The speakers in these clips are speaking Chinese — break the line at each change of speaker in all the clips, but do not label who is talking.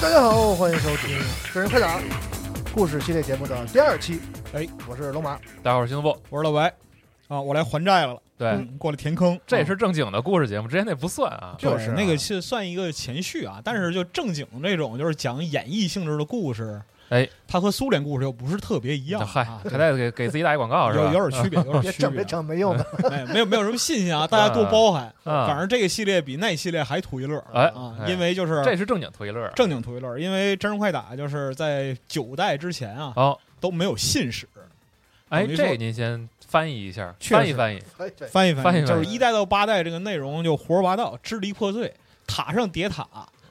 大家好，欢迎收听《个人快打》故事系列节目的第二期。
哎，
我是龙马。
大伙儿兴奋，
我是老白啊，我来还债了，
对，
嗯过来填坑，
哎这也是正经的故事节目，之前那不算啊。
对
就是啊
那个是算一个前序啊，但是就正经这种就是讲演绎性质的故事，
哎，
它和苏联故事又不是特别一样，
嗨
啊，
还得给给自己打一广告是啊吧
有？有点区别， 有
别
点区
整，别
别，
整没用的。
哎，没有没有什么信息啊，大家多包涵。
啊
反正这个系列比那系列还图一乐
哎
啊，
哎
因为就是
这是正经图一乐。啊
正经图一乐，因为真人快打就是在九代之前啊
哦，
都没有信史，
哎，
等于说
这您先翻译一下，
确实
翻译翻译。
哎对
翻译翻
翻译翻译
就是一代到八代这个内容就胡说八道、支离破碎，塔上叠塔，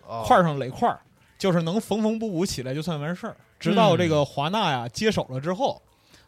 哦
块儿上垒块儿，就是能缝缝补补起来就算完事儿。直到这个华纳呀接手了之后，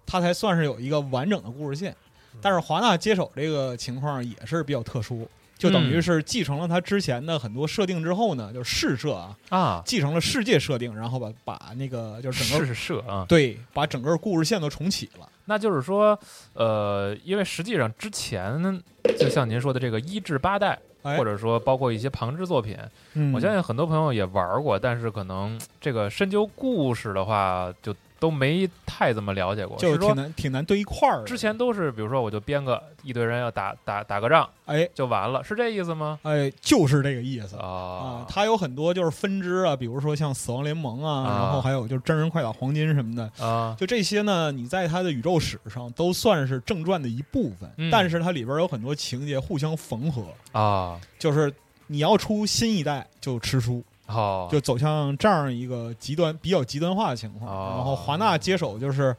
他才算是有一个完整的故事线。但是华纳接手这个情况也是比较特殊，就等于是继承了他之前的很多设定之后呢，就是世设啊，
啊，
继承了世界设定，然后把把那个就是整个
是社啊，
对把整个故事线都重启了。
那就是说，呃，因为实际上之前，就像您说的这个一至八代，
哎
或者说包括一些旁支作品，
嗯
我相信很多朋友也玩过，但是可能这个深究故事的话，就都没太这么了解过。
就是是挺
说
难挺难对一块儿的。
之前都是，比如说我就编个一堆人要打打打个仗
哎
就完了，是这意思吗？
哎，就是这个意思。啊
啊，，
它有很多就是分支啊，比如说像死亡联盟啊，
啊
然后还有就是真人快打黄金什么的，
啊，
就这些呢，你在它的宇宙史上都算是正传的一部分，
嗯
但是它里边有很多情节互相缝合，
啊，
就是你要出新一代就吃书，
好，
就走向这样一个极端比较极端化的情况。
哦
然后华纳接手就是。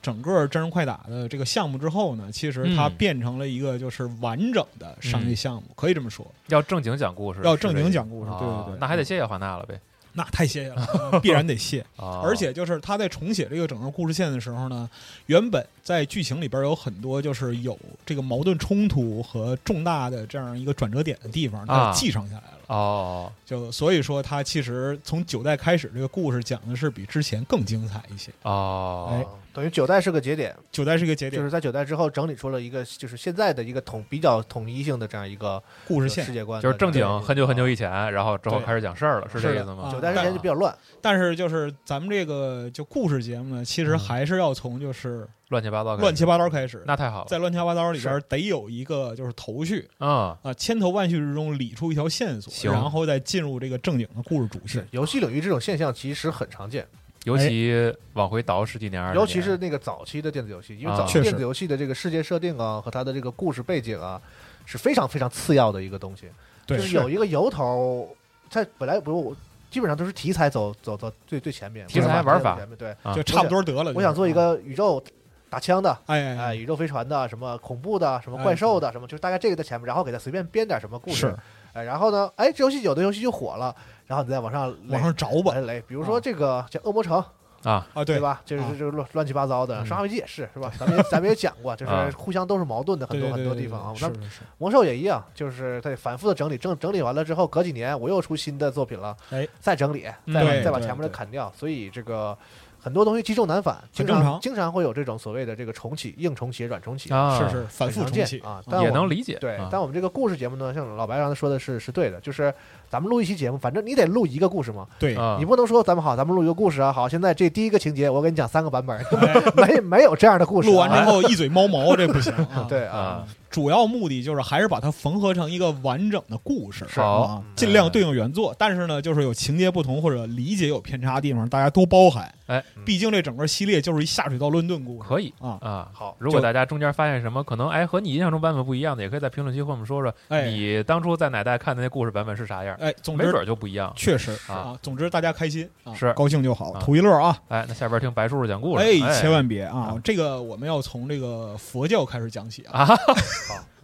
整个真人快打的这个项目之后呢，其实它
嗯
变成了一个就是完整的商业项目，可以这么说，
要正经讲故事，
要
是这
正
意思
经讲故事，
啊
对对对，嗯
那还得谢谢华纳了呗。
那太谢谢 了，必然得谢。
啊，
而且就是他在重写这个整个故事线的时候呢，原本在剧情里边有很多就是有这个矛盾冲突和重大的这样一个转折点的地方，
啊
他继承下来了。
哦，
就所以说，它其实从九代开始，这个故事讲的是比之前更精彩一些。哎
哦，
啊等于九代是个节点，
九代是一个节
就
点，
是在九代之后整理出了一个，就是现在的一个统比较统一性的这样一个
故事
世
线，
界观的，
就是正
对
经很久很久以。前，然后之后
啊对
开始讲事儿了，是这
是
意
的
思
对
吗？
啊
九代之前就比较乱，
但是就是咱们这个就故事节目呢，其实还是要从就是
乱七八糟，
乱七八糟开始，
嗯那太好了，
在乱七八糟里边得有一个就是头绪
嗯，
啊，千头万绪之中理出一条线索，
行
然后再进入这个正经的故事主线
是。游戏领域这种现象其实很常见，
尤
哎
其往回倒十几年，
尤其
20
是
年
那个早期的电子游戏，因为
啊
早
确
期
实
电子游戏的这个世界设定啊和它的这个故事背景啊是非常非常次要的一个东西，
对，
就是有一个由头，它本来不是我基本上都是题材走走到最最前面，
题材
或者
玩法
最前面对，
啊
就差不多得了。
我想
就是啊
做一，个宇宙打枪的，
哎哎
哎，
哎，
宇宙飞船的，什么恐怖的，什么
哎
怪兽的，什么，就是大概这个在前面，然后给它随便编点什么故事
是，
哎，然后呢，哎，这游戏有的游戏就火了，然后你再往上垒
往上找吧
垒垒，比如说这个叫恶魔城，
啊，
啊，
对
对？
吧？就是
啊
这个乱乱七八糟的，
嗯
生化危机也是，是吧？咱们也咱们也讲过，就
啊
是互相都是矛盾的，很
对
多
对
很
对
多
对
地方啊。
对
那
是是是，
魔兽也一样，就是它得反复的整理，整整理完了之后，隔几年我又出新的作品了，
哎，
再整理，
嗯
再把
对
再把
对
前面的
对
砍掉，所以这个。很多东西积重难返，经
很正
常
常
经常会有这种所谓的这个重启、硬重启、软重启，
啊，
是是反
很
复
常
重
见
启嗯
啊，但
也
我
能理解，
对
啊，
但我们这个故事节目呢，像老白刚才说的是是对的，就是咱们录一期节目，反正你得录一个故事嘛，
对，
啊
你不能说咱们好，咱们录一个故事啊，好，现在这第一个情节我给你讲三个版 本，
哎
没没有这样的故事啊、
录完之后一嘴猫毛，这不行啊
。对啊，
啊，
主要目的就是还是把它缝合成一个完整的故事，
是
好
啊，
嗯
尽量对应原作。但是呢，就是有情节不同或者理解有偏差的地方，大家多包涵。
哎，
毕竟这整个系列就是一下水道乱炖故事
可以
啊。
啊。
好，
如果
就
大家中间发现什么可能哎和你印象中版本不一样的，也可以在评论区和我们说说，
哎
你当初在哪代看的那故事版本是啥样，
哎，总
没准
之
儿就不一样。
确实
啊
啊，总之大家开心啊，
是
高兴就好
啊，
图一乐啊。
哎，那下边听白叔叔讲故事，
哎
哎，，
千万别啊
啊！
这个我们要从这个佛教开始讲起啊。
啊，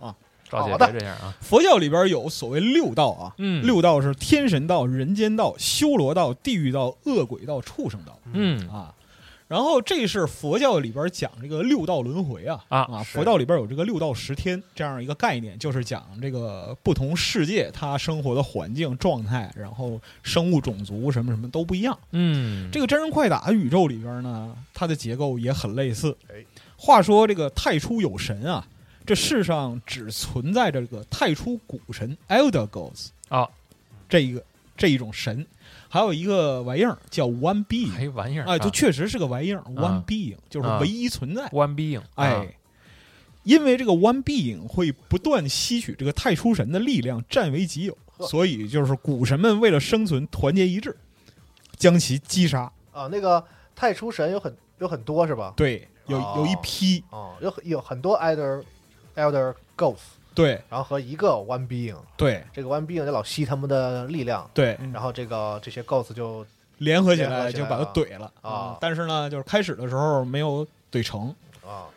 啊，
赵姐
好的
别这样啊，
佛教里边有所谓六道啊，
嗯，
六道是天神道、人间道、修罗道、地狱道、恶鬼道、畜生道。
嗯
啊。然后这是佛教里边讲这个六道轮回啊
啊
是
佛教里边有这个六道十天这样一个概念，就是讲这个不同世界它生活的环境状态，然后生物种族什么什么都不一样。
嗯，
这个真人快打宇宙里边呢，它的结构也很类似
哎。
话说这个太初有神啊，这世上只存在着这个太初古神 Elder Gods
啊，
这一个这一种神，还有一个玩意儿叫 One Being。
哎玩意儿
哎，就确实是个玩意儿，one being 就是唯一存在。
One Being，啊
哎，因为这个 one being 会不断吸取这个太初神的力量，占为己有，
呵
所以就是古神们为了生存，团结一致，将其击杀。
啊，那个太初神有很有很多是吧？
对，有
哦
有一批，
啊，有有很多 elder elder ghosts，
对
然后和一个 one being，
对
这个 one being 就老吸他们的力量，
对，
然后这个这些 ghosts 就
联合起
联合
来
起来
就把它怼了
啊
嗯但是呢，就是开始的时候没有怼成，
啊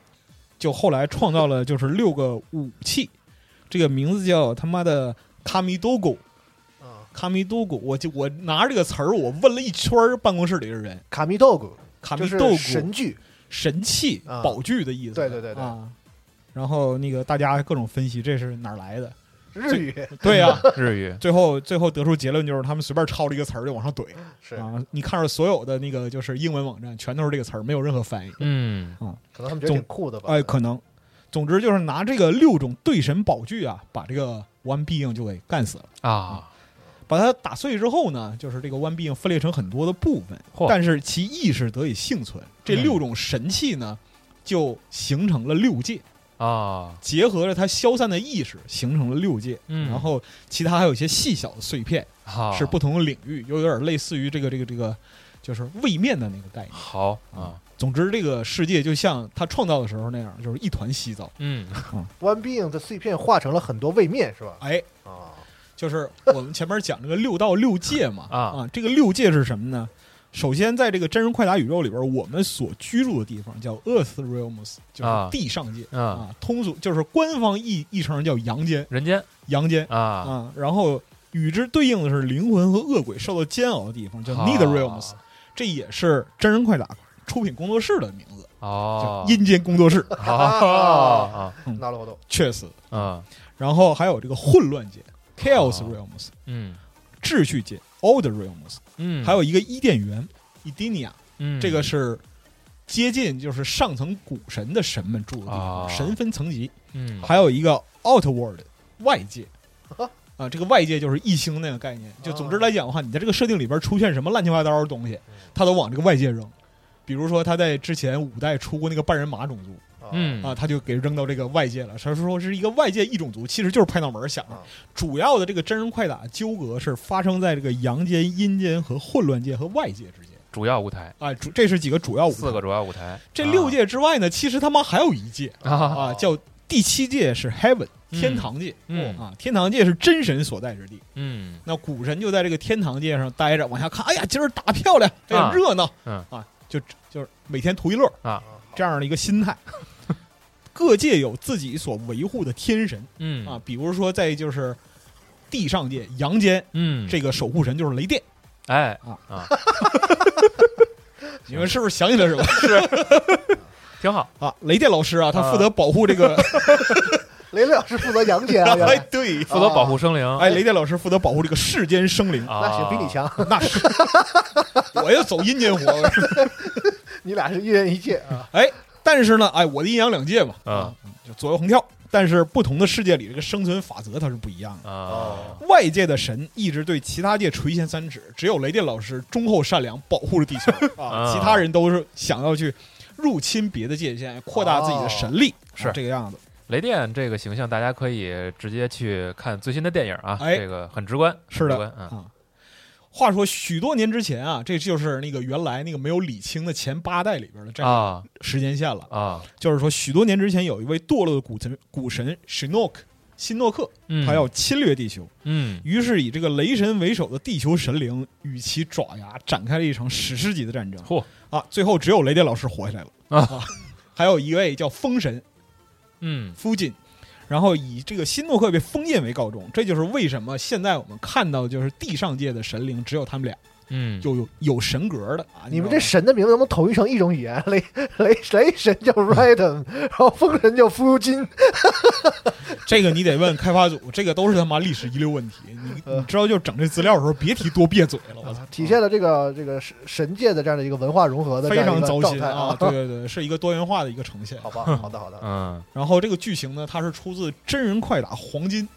就后来创造了就是六个武器，这个名字叫他妈的卡米多古。
啊，
卡米多古，我就我拿着这个词儿，我问了一圈儿办公室里的人，
卡米豆古
卡
就
米
是
多古
神剧，
神器、
啊
宝具的意思。
对对对对
啊。然后那个大家各种分析这是哪儿 来的？
日语
对呀、
日语
最后最后得出结论就是他们随便抄了一个词儿就往上怼
是，
啊！你看着所有的那个就是英文网站全都是这个词儿，没有任何翻译。
嗯
可能他们觉得挺
总
酷的吧？
哎，可能，总之就是拿这个六种对神宝具啊，把这个 One Being 就给干死了。
啊，
把它打碎之后呢，就是这个 One Being 分裂成很多的部分
嚯，
但是其意识得以幸存。这
嗯
六种神器呢，就形成了六界，
啊，
结合着它消散的意识，形成了六界。
嗯啊
然后其他还有一些细小的碎片，
好
是不同的领域，又有点类似于这个这个这个，就是位面的那个概念。
好啊，
总之，这个世界就像他创造的时候那样，就是一团稀糟。
嗯
one being 的碎片化成了很多位面是吧？
哎，
啊，
就是我们前面讲这个六到六界嘛，
啊
这个六界是什么呢？首先，在这个真人快打宇宙里边，我们所居住的地方叫 Earth Realms，就是
啊
地上界啊
啊，
通俗就是官方译译成叫阳间，
人间
阳间
啊
然后与之对应的是灵魂和恶鬼受到煎熬的地方，叫
啊
Need Realms，这也是真人快打出品工作室的名字，
哦
叫，阴间工作室，
啊啊
那罗豆
嗯确实。
啊
然后还有这个混乱界， Chaos
哦
Realms
嗯
秩序界 Old Realms，
嗯，
还有一个伊甸园 Edenia，
嗯
这个是接近就是上层古神的神们住的地
啊
方，神分层级。
嗯
还有一个 Outward 外界
呵。
啊，这个外界就是异星那个概念。就总之来讲的话，你在这个设定里边出现什么乱七八糟的东西，
嗯
他都往这个外界扔。比如说，他在之前五代出过那个半人马种族，
嗯
啊，他就给扔到这个外界了。他说是一个外界异种族，其实就是拍脑门儿想的
嗯
啊。
主要的这个真人快打纠葛是发生在这个阳间、阴间和混乱界和外界之间
主要舞台
啊，主这是几个主要舞台
四个。主要舞台，
这
啊
六界之外呢，其实他妈还有一界
啊，
啊，叫第七界是 Heaven
嗯
天堂界
嗯
啊，天堂界是真神所在之地。
嗯
那古神就在这个天堂界上待着，往下看，哎呀，今儿打漂亮，哎呀
啊，
热闹，
嗯
啊，就就是每天图一乐
啊
这样的一个心态。 各界有自己所维护的天神
嗯
啊，比如说在就是地上界阳间，
嗯，
这个守护神就是雷电，
哎
啊
啊，嗯
你们是不是想起来什么
挺好，
啊？雷电老师啊，他负责保护这个，
雷雷老师负责阳间 啊，原
哎，
来
对，
负责保护生灵，
哎，雷电老师负责保护这个世间生灵，
啊，
那行比你，强，
那是， 我要走阴间活。
你俩是一人一界啊。
但是呢，哎，我的阴阳两界嘛，
嗯，
就左右横跳。但是不同的世界里，这个生存法则它是不一样的。
啊，
外界的神一直对其他界垂涎三尺，只有雷电老师忠厚善良，保护着地球啊，
啊
其他人都是想要去入侵别的界限，扩大自己的神力，
哦是
啊这个样子。
雷电这个形象，大家可以直接去看最新的电影啊，
哎
这个很直观，
是的
很直观嗯
啊话说许多年之前啊，这就是那个原来那个没有理清的前八代里边的这样
啊
时间线了。
啊，
就是说，许多年之前有一位堕落的古神古神史诺克辛诺克，
嗯，
他要侵略地球。
嗯
于是以这个雷神为首的地球神灵与其爪牙展开了一场史诗级的战争。
嚯
啊！最后只有雷电老师活下来了
啊
还有一位叫风神
嗯
夫锦，然后以这个新诺克被封印为告终。这就是为什么现在我们看到就是地上界的神灵只有他们俩，
嗯，
就有有神格的啊！
你们
知道
这
吗
神的名字能不能统一成一种语言？雷雷雷神叫 Raiden，然后风神叫夫金，
这个你得问开发组，这个都是他妈历史遗留问题。你
呃
你知道，就整这资料的时候别提多别嘴了，我操！
体现了这个这个神神界的这样的一个文化融呃合的这
非
样
常
一个
糟
状
心
态
啊！对对对，是一个多元化的一个呈现。
好吧，好的好的
嗯
然后这个剧情呢，它是出自真人快打黄金，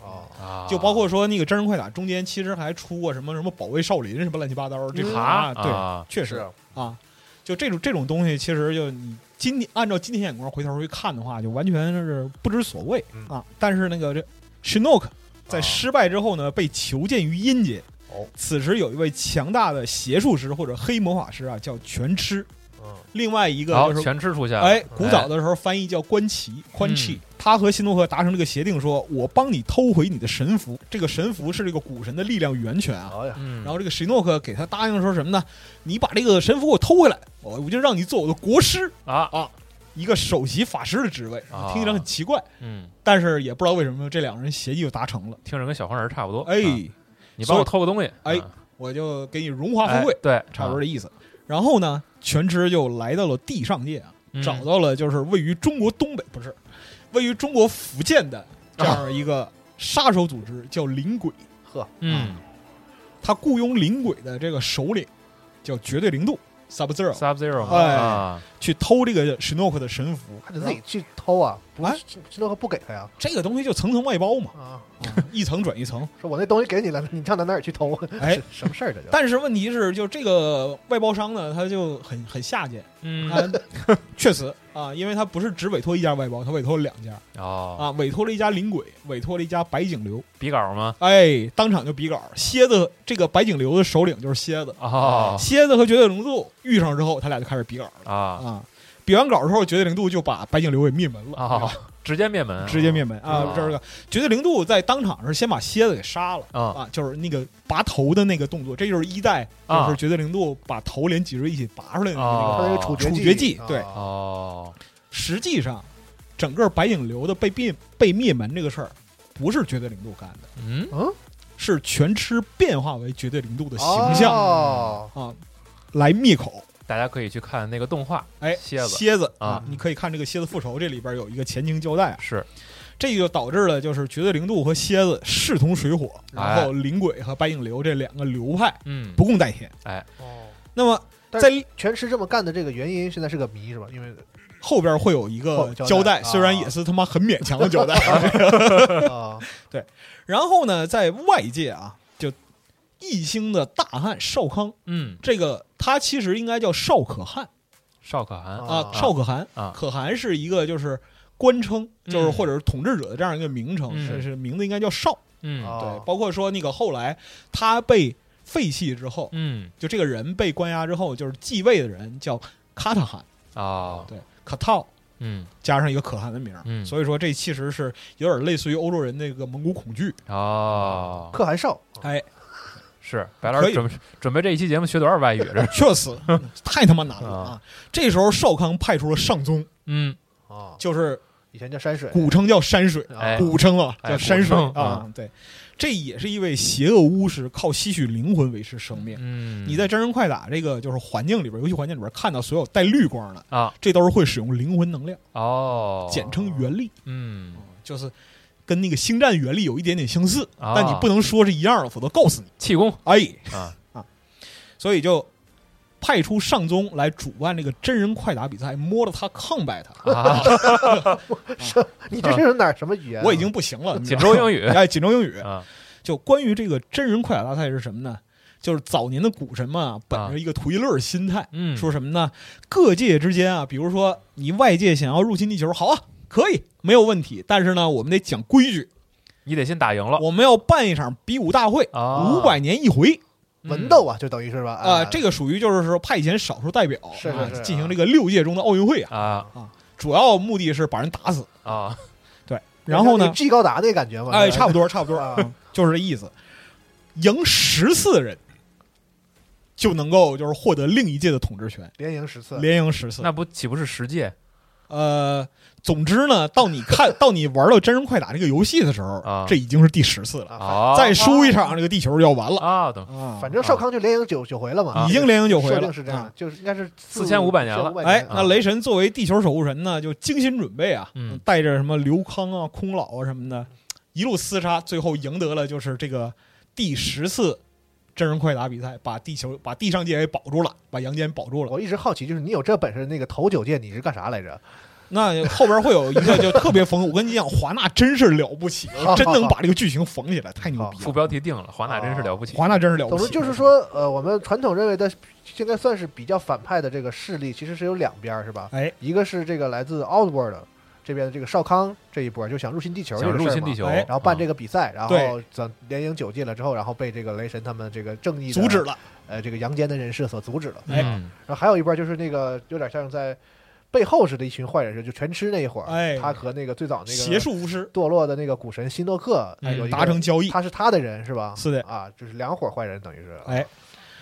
哦，
嗯
啊，
就包括说那个真人快打中间其实还出过什么什么保卫少林什么乱七八糟这种
啊，
对，
啊
确实
是
啊，就这种这种东西，其实就你今天按照今天眼光回头去看的话，就完全是不知所谓
嗯
啊。但是那个这 Shinnok 在失败之后呢，被囚禁于阴间
哦。
此时有一位强大的邪术师或者黑魔法师啊，叫全痴，
嗯
另外一个
好
就是
全吃出现了，
哎，古早的时候翻译叫关
嗯
奇，宽契。他和新诺克达成这个协定说，我帮你偷回你的神符，这个神符是这个古神的力量源泉啊。
哎呀，
嗯，
然后这个史诺克给他答应说什么呢？你把这个神符给我偷回来，我我就让你做我的国师，
啊，
一个首席法师的职位
啊。
听起来很奇怪，
嗯，
但是也不知道为什么这两人协议就达成了。
听着跟小黄人差不多，啊
哎，
你
所
帮
以
我偷个东西，
哎
啊
我就给你荣华富贵
哎，对，
差不多这意思。然后呢，全知就来到了地上界啊，
嗯
找到了就是位于中国东北不是，位于中国福建的这样一个杀手组织叫灵鬼，
呵，
嗯
他雇佣灵鬼的这个首领叫绝对零度 Sub Zero
，Sub Zero，
哎
啊，
去偷这个史诺克的神符，
还得自己去偷啊，不
啊
是诺克不给他呀
这个东西就层层外包嘛，
啊，
一层转一层。
说我那东西给你了，你上他那儿去偷，
哎
是什么事儿这就？
但是问题是，就这个外包商呢，他就很很下贱，
嗯，
他确实啊，因为他不是只委托一家外包，他委托了两家
哦，
啊，委托了一家灵鬼，委托了一家白颈流，
笔稿吗？
哎，当场就比稿。蝎子这个白颈流的首领就是蝎子，
哦
蝎子和绝对零度遇上之后，他俩就开始比稿了
啊
啊。比完稿之后，绝对零度就把白颈流给灭门了
啊，，直接灭门，
直接灭门啊
啊！
这是个绝对零度在当场是先把蝎子给杀了。
啊
啊，就是那个拔头的那个动作，这就是一代，
啊
就是绝对零度把头连脊椎一起拔出来的那
哦
个。
他那个处
处
决
决技对
啊
哦，
实际上，整个白影流的被灭被灭门这个事儿，不是绝对零度干的，
嗯
是全吃变化为绝对零度的形象
哦
啊来灭口。
大家可以去看那个动画，
哎，
蝎子
蝎子
啊
你可以看这个《蝎子复仇》，这里边有一个前情交代啊。
是
这就导致了就是绝对零度和蝎子势同水火，
哎
然后灵鬼和白影流这两个流派
嗯，
不共戴天。
哦，
那么
但
嗯在
全师这么干的这个原因现在是个谜是吧？ 因为
后边会有一个
后交代
交代，啊
啊
虽然也是他妈很勉强的交代。
啊，
然后呢，在外界啊，就一星的大汉少康，
嗯，
这个他其实应该叫少可汗
邵可汗
啊
啊，少可汗
啊
可汗是一个就是官称，就是
嗯
或者是统治者的这样一个名称，
嗯
是是名字应该叫少。
嗯
对
哦，
包括说那个后来他被废弃之后，
嗯
就这个人被关押之后，就是继位的人叫卡塔汗，
啊
对，卡套
嗯
加上一个可汗的名儿，
嗯
所以说这其实是有点类似于欧洲人那个蒙古恐惧，
哦，
可汗少，
哎，
是白老
可
师
以
准备准备这一期节目学多少外语？这是
确实太他妈难了啊！这时候少康派出了上宗，
嗯
啊，
就是
以前叫山水，
古称叫山水，
啊
哎
古称啊
哎
叫山水
古称嗯
啊，对，这也是一位邪恶巫师，靠吸取灵魂维持生命。
嗯，
你在真人快打这个就是环境里边，游戏环境里边看到所有带绿光的
啊，
这都是会使用灵魂能量，
哦，
简称原力，
嗯
就是跟那个星战原力有一点点相似，
啊
但你不能说是一样的，否则告诉你。
气 功
哎
啊
所以就派出上宗来主办这个真人快打比赛，摸着他抗败他，
啊，
你这 是哪儿什么语言啊？
我已经不行了。你知
锦
道吗
州英语
哎，锦州英语。
啊
就关于这个真人快打大赛是什么呢？就是早年的股神们啊，本着一个图一乐的心态，
嗯
说什么呢？各界之间啊，比如说你外界想要入侵地球，好啊，可以没有问题，但是呢，我们得讲规矩，
你得先打赢了
我们要办一场比武大会，
啊，
五百年一回。
文斗啊，就等于是吧？
啊、
啊，
这个属于就是说派遣少数代表
是是
啊
是
进行这个六届中的奥运会啊，
啊
主要目的是把人打死。
啊
然后呢，
，G 高达那感觉嘛，
哎，差不
多
多，差不多，
啊，
就是这意思。赢十次人就能够就是获得另一届的统治权，
连赢十次，
连赢十次。
那不岂不是十届
呃，总之呢，到你看到你玩到真人快打这个游戏的时候，
啊
这已经是第十次了。
啊，
啊？
再输一场，这个地球就要完了
啊，等
啊！
反正少康就连赢九九回了嘛，
已经连赢九回
设
了，
定是这样
啊
的，就是应该是
4500年了
4500
哎，
啊
那雷神作为地球守护神呢，就精心准备啊，
嗯
带着什么刘康啊、空老啊什么的，一路厮杀，最后赢得了就是这个第十次真人快打比赛，把地球把地上界给保住了，把阳间保住了。
我一直好奇，就是你有这本事，那个头九届你是干啥来着？
那后边会有一个就特别丰富，我跟你讲，华纳真是了不起，真能把这个剧情缝起来，太牛逼
副
了。
标题定了，华纳真是了不起
哦华纳真是了不
总之
起，
就是说，呃，我们传统认为的现在算是比较反派的这个势力，其实是有两边儿是吧？
哎，
一个是这个来自 Outward 这边的这个少康这一波，就想入侵地球这
想
个事儿
入侵
嘛
地球，
哎
然后办这个
个
比赛，然后
对
咱连赢九届了之后，然后被这个雷神他们这个正义的
阻止，了。
呃，这个阳间的人士所阻止了。
哎
嗯
然后还有一波就是那个有点像在背后似的一群坏人，就全吃那一伙儿，
哎
他和那个最早那个
邪术巫师
堕落的那个股神希诺克、
嗯
有一个
达成交易，
他是他的人是吧？
是的
啊，就是两伙坏人等于是，啊
哎，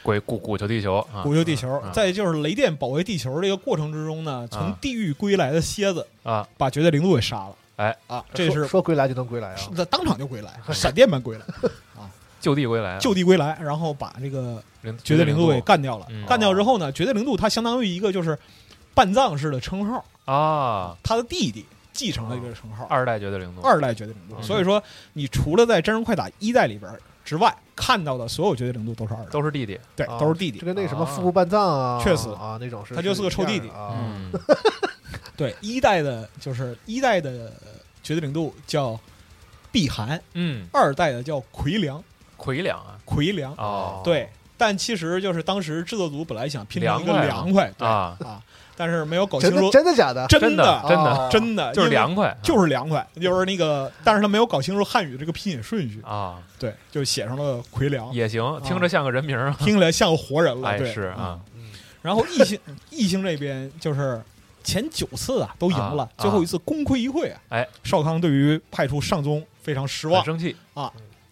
鬼骨骨球地球啊
鼓救地球
嗯。
再就是雷电保卫地球这个过程之中呢，从
啊
地狱归来的蝎子
啊
把绝对零度给杀了。
哎
啊，这
说
是
说归来就能归来啊，
那当场就归 来，闪电般
哎
归来，
就地归来啊，
就地归来，然后把这个
零
绝对零度给
度
干掉了
嗯。
干掉之后呢，绝对零度它相当于一个就是半藏式的称号，
啊，
他的弟弟继承了这个称号，
二代绝对零度，
二代绝对零度。
嗯
所以说，你除了在真人快打一代里边之外，看到的所有绝对零度都是二代，
都是弟弟，
对，
啊
都是弟弟
就。跟那个什么
啊
父母半藏啊，
确实
啊那种是，
他就是个臭弟弟
是一样的啊，
嗯
对，一代的就是一代的绝对零度叫碧寒，
嗯，
二代的叫魁良，
魁两 啊
魁良。
哦
对，但其实就是当时制作组本来想拼成一个
凉
凉快，对
啊，
啊，但是没有搞清
真的
楚，
真的假的？
真
真的
的
真的啊
哦
真的
就是，
因为
凉快，
就是凉快，就是那个，但是他没有搞清楚汉语这个拼写顺序，
啊
对，就写上了魁良，
也行，听着像个人名 儿，
听起来像活人了，
哎
对，
是啊
嗯。，然后异 星异星这边就是。前九次啊都赢了，
啊
最后一次功亏一篑啊！
哎，
少康对于派出上宗非常失
很
望，
生气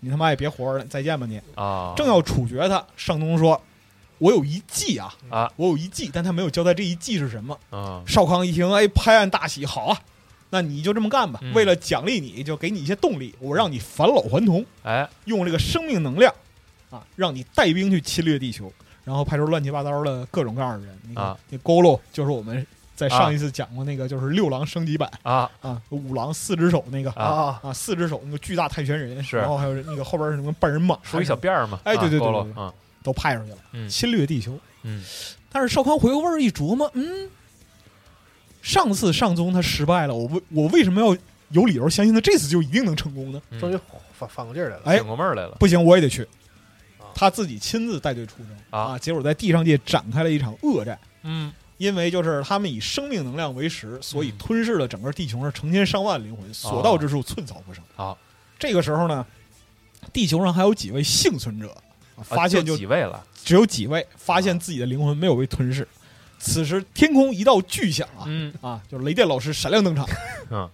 你他妈也别活着了，再见吧你！
啊，
正要处决他，上东说：“我有一计啊，
啊，
我有一计，但他没有交代这一计是什么。”
嗯
少康一听，哎，拍案大喜，好啊，那你就这么干吧。
嗯
为了奖励你，就给你一些动力，我让你返老还童，
哎
用这个生命能量啊，让你带兵去侵略地球，然后派出乱七八糟的各种各样的人。你看
啊，
那 Golo 就是我们在上一次讲过那个就是六郎升级版
啊，
啊，五郎四只手那个
啊
啊，
啊，四只手那个巨大泰拳人，
是
然后还有那个后边是什么半人马，
梳一小辫儿嘛，
哎对对对
啊，
对对
啊，
都派出去了，
嗯
侵略地球。
嗯，
但是少康回过味儿一琢磨，嗯，上次上宗他失败了，我为我为什么要有理由相信他这次就一定能成功呢？
嗯
终于反反过劲儿来了。
哎
醒过味儿来了
不行，我也得去
啊。
他自己亲自带队出征
啊
结果在地上界展开了一场恶战，
嗯
因为就是他们以生命能量为食，所以
嗯啊
吞噬了整个地球上成千上万灵魂，所到之处寸草不生。
好，
这个时候呢，地球上还有几位幸存者，
啊
发现就
就几位啊了，
只有几位发现自己的灵魂没有被吞噬。此时天空一道巨响啊、
嗯，
啊，就是雷电老师闪亮登 场。
嗯，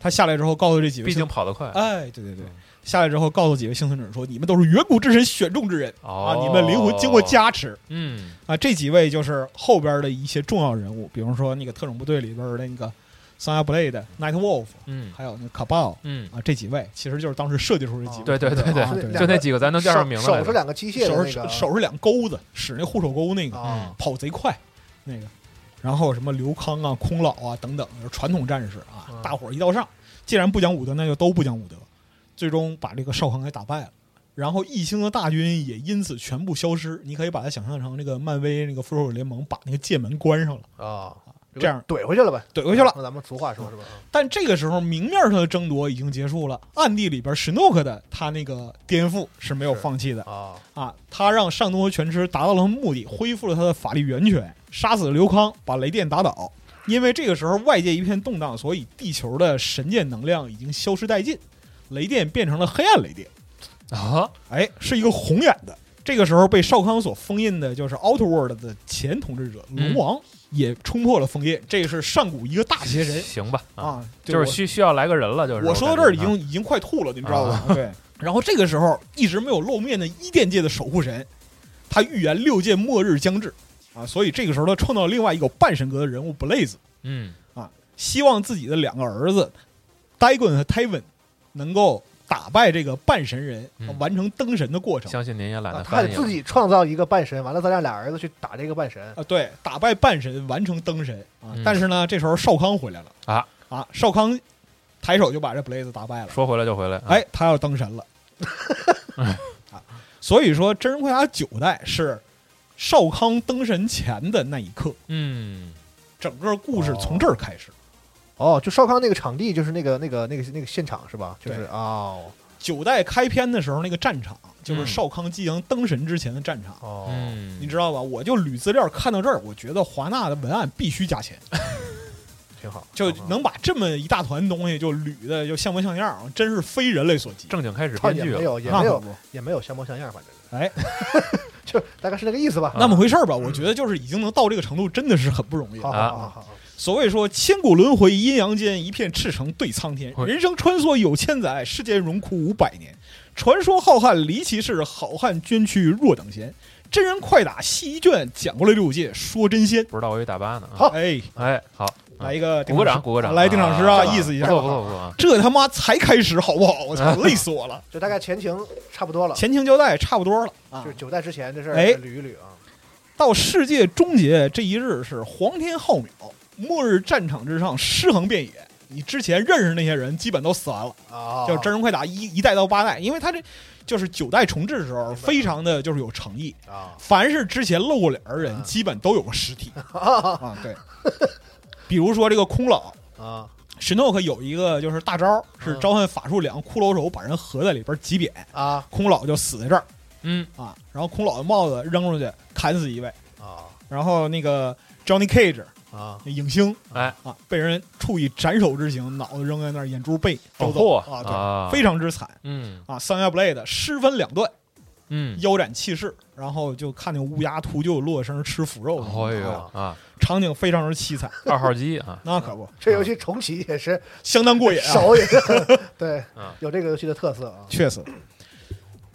他下来之后告诉这几位
毕
幸，
竟跑得快，
哎，对对对
嗯，
下来之后告诉几位幸存者说，你们都是远古之神选中之人啊，
哦，
你们灵魂经过，加持
嗯
啊。这几位就是后边的一些重要人物，比方说那个特种部队里边的那个桑亚布雷的 Night Wolf，
嗯
还有那个卡鲍
嗯，
啊，这几位其实就是当时设计出这
哦
几位，
对对对
啊
对，
对
就那几个咱能叫上名字来
手是
的，
两个机械的
手
那
是
个
手是两钩子，使那护手钩那个。
啊，
跑贼快那个，然后什么刘康啊、空老啊等等，就是传统战士啊，
嗯
大伙儿一道上，既然不讲武德，那就都不讲武德，最终把这个少康给打败了。然后异星的大军也因此全部消失。你可以把它想象成那个漫威那个复仇者联盟把那个界门关上了，
啊，
这样
怼回去了呗，
怼回去了。
那咱们俗话说是吧？
但这个时候，明面上的争夺已经结束了，暗地里边史诺克的他那个颠覆是没有
是
放弃的。
啊，
啊，他让上东和全吃达到了目的，恢复了他的法律源泉，杀死了刘康，把雷电打倒。因为这个时候外界一片动荡，所以地球的神界能量已经消失殆尽，雷电变成了黑暗雷电，
啊，
哎，是一个红眼的。这个时候被少康所封印的就是 Outworld 的前统治者龙
嗯
王，也冲破了封印。这个是上古一个大邪神
行吧，
啊，
嗯就是
我
需需要来个人了，就是
我说到这儿已
感觉啊
经已经快吐了，你知道吧？对。然后这个时候一直没有露面的伊甸界的守护神，他预言六界末日将至啊，所以这个时候他创造了另外一个半神格的人物 Blaze，
嗯
希望自己的两个儿子 Dagon 和 Tyven 能够打败这个半神人，
嗯
完成登神的过程。
相信您也懒
啊
得
他
翻
得
译
自
了，
己创造一个半神，完了咱俩俩儿子去打这个半神，
啊，对，打败半神，完成登神啊！
嗯
但是呢，这时候少康回来了
啊
啊！少康抬手就把这 Blaze 打败了。
说回来就回来，啊，
哎，他要登神了。
哎
啊，所以说《真人快打》九代是少康登神前的那一刻，
嗯
整个故事从这儿开始。
哦，就少康那个场地就是那个那个那个那个现场是吧？就是
对
哦
九代开篇的时候，那个战场就是
嗯
少康即将登神之前的战场，
哦，
嗯，
你知道吧？我就捋资料看到这儿，我觉得华纳的文案必须加钱，
挺好，嗯
就
挺好
能把这么一大团东西就捋的就像模像样儿，真是非人类所及。
正经开始
倒嗯
编
也
剧
没
了，
有也
那
没
可
有
不，
也没有像模像样，反正是
啊哎，
就大概是那个意思吧。
啊
那么回事儿吧？
嗯
我觉得就是已经能到这个程度，真的是很不容易了。
好好好好好，
所谓说千古轮回，阴阳间一片赤诚对苍天，
会
人生穿梭有千载，世间荣枯五百年。传说浩瀚离奇事，好汉捐躯若等闲。真人快打戏一卷讲过了六界，说真仙。
不知道我以为打八呢，啊
好
哎，
哎，好，
来一个
鼓个掌，鼓个掌，
来定场诗啊，意思一
不
下。
错不错不错啊，
这他妈才开始好不好？我 操，累死我了。
就大概前情差不多了，
前情交代差不多了啊
就是。九代之前这事儿
哎
捋一捋啊。
到世界终结这一日是皇天浩渺，末日战场之上尸横遍野。你之前认识那些人，基本都死完了。
哦
啊，
就是《真人快打》一一代到八代，因为它这就是九代重置的时候，非常的就是有诚意。
啊
凡是之前露过脸儿的人，
嗯
基本都有个尸 体啊。对，比如说这个空老
啊
史诺克有一个就是大招，是
嗯
召唤法术两骷髅手把人合在里边挤扁，
啊
空老就死在这儿
嗯，
啊。然后空老的帽子扔出去砍死一位，
啊
然后那个 Johnny Cage
啊！
那影星
哎，
啊被人处以斩首之刑，脑子扔在那儿，眼珠被抽
哦
走
嚯
啊，对，
啊
非常之惨。
嗯
啊，三牙 blade 尸分两段，
嗯，
腰斩气势，然后就看见乌鸦秃鹫落身吃腐肉，
哎呦
啊
啊，
场景非常之凄惨，
二号机啊，
那可不，
这游戏重启也是
相 当过瘾啊，
手也是 对
嗯，
有这个游戏的特色啊。
确实。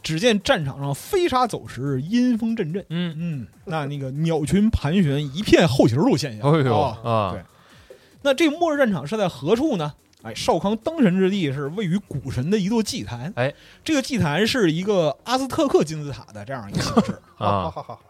只见战场上飞沙走石，阴风阵阵。
嗯，
嗯，那那个鸟群盘旋，一片后勤路现
哎
象。
呦
啊
啊
对，那这末日战场是在何处呢？哎，少康登神之地是位于古神的一座祭坛。
哎，
这个祭坛是一个阿兹特克金字塔的这样一个形式。
好好
啊，
好好好，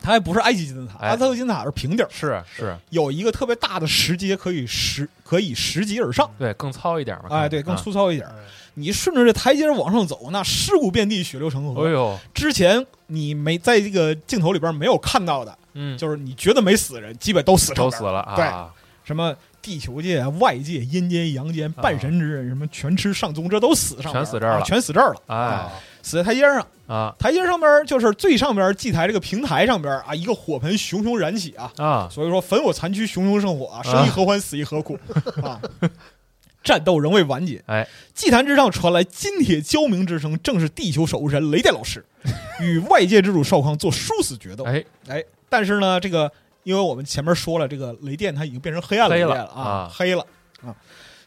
它还不是埃及金字塔，
哎
阿兹特克金字塔是平底儿，
是是，
有一个特别大的石阶，可以十可以十级而上。
对，更糙一点嘛。
哎，对，更
啊。
粗糙一点儿。你顺着这台阶儿往上走，那尸骨遍地，血流成河。
哎呦，
之前你没在这个镜头里边没有看到的，
嗯，
就是你觉得没死人，基本都死成
都
这儿
死了啊！
什么地球界、啊、外界、阴间、阳间、半神之人，什么全吃上宗，这都死上边
全死啊这儿了
啊全死这儿了，
哎
死在台阶上。
啊
台阶上边就是最上边祭台这个平台上边啊，一个火盆熊熊燃起啊，
啊，
所以说焚我残躯，熊熊圣火啊，生亦何欢，死亦何 苦啊！战斗仍未完结，
哎，
祭坛之上传来金铁交鸣之声，正是地球守护神雷电老 师与外界之主少康做殊死决斗。
哎，
哎，但是呢，这个因为我们前面说了，这个雷电它已经变成黑暗雷电了啊，黑了啊，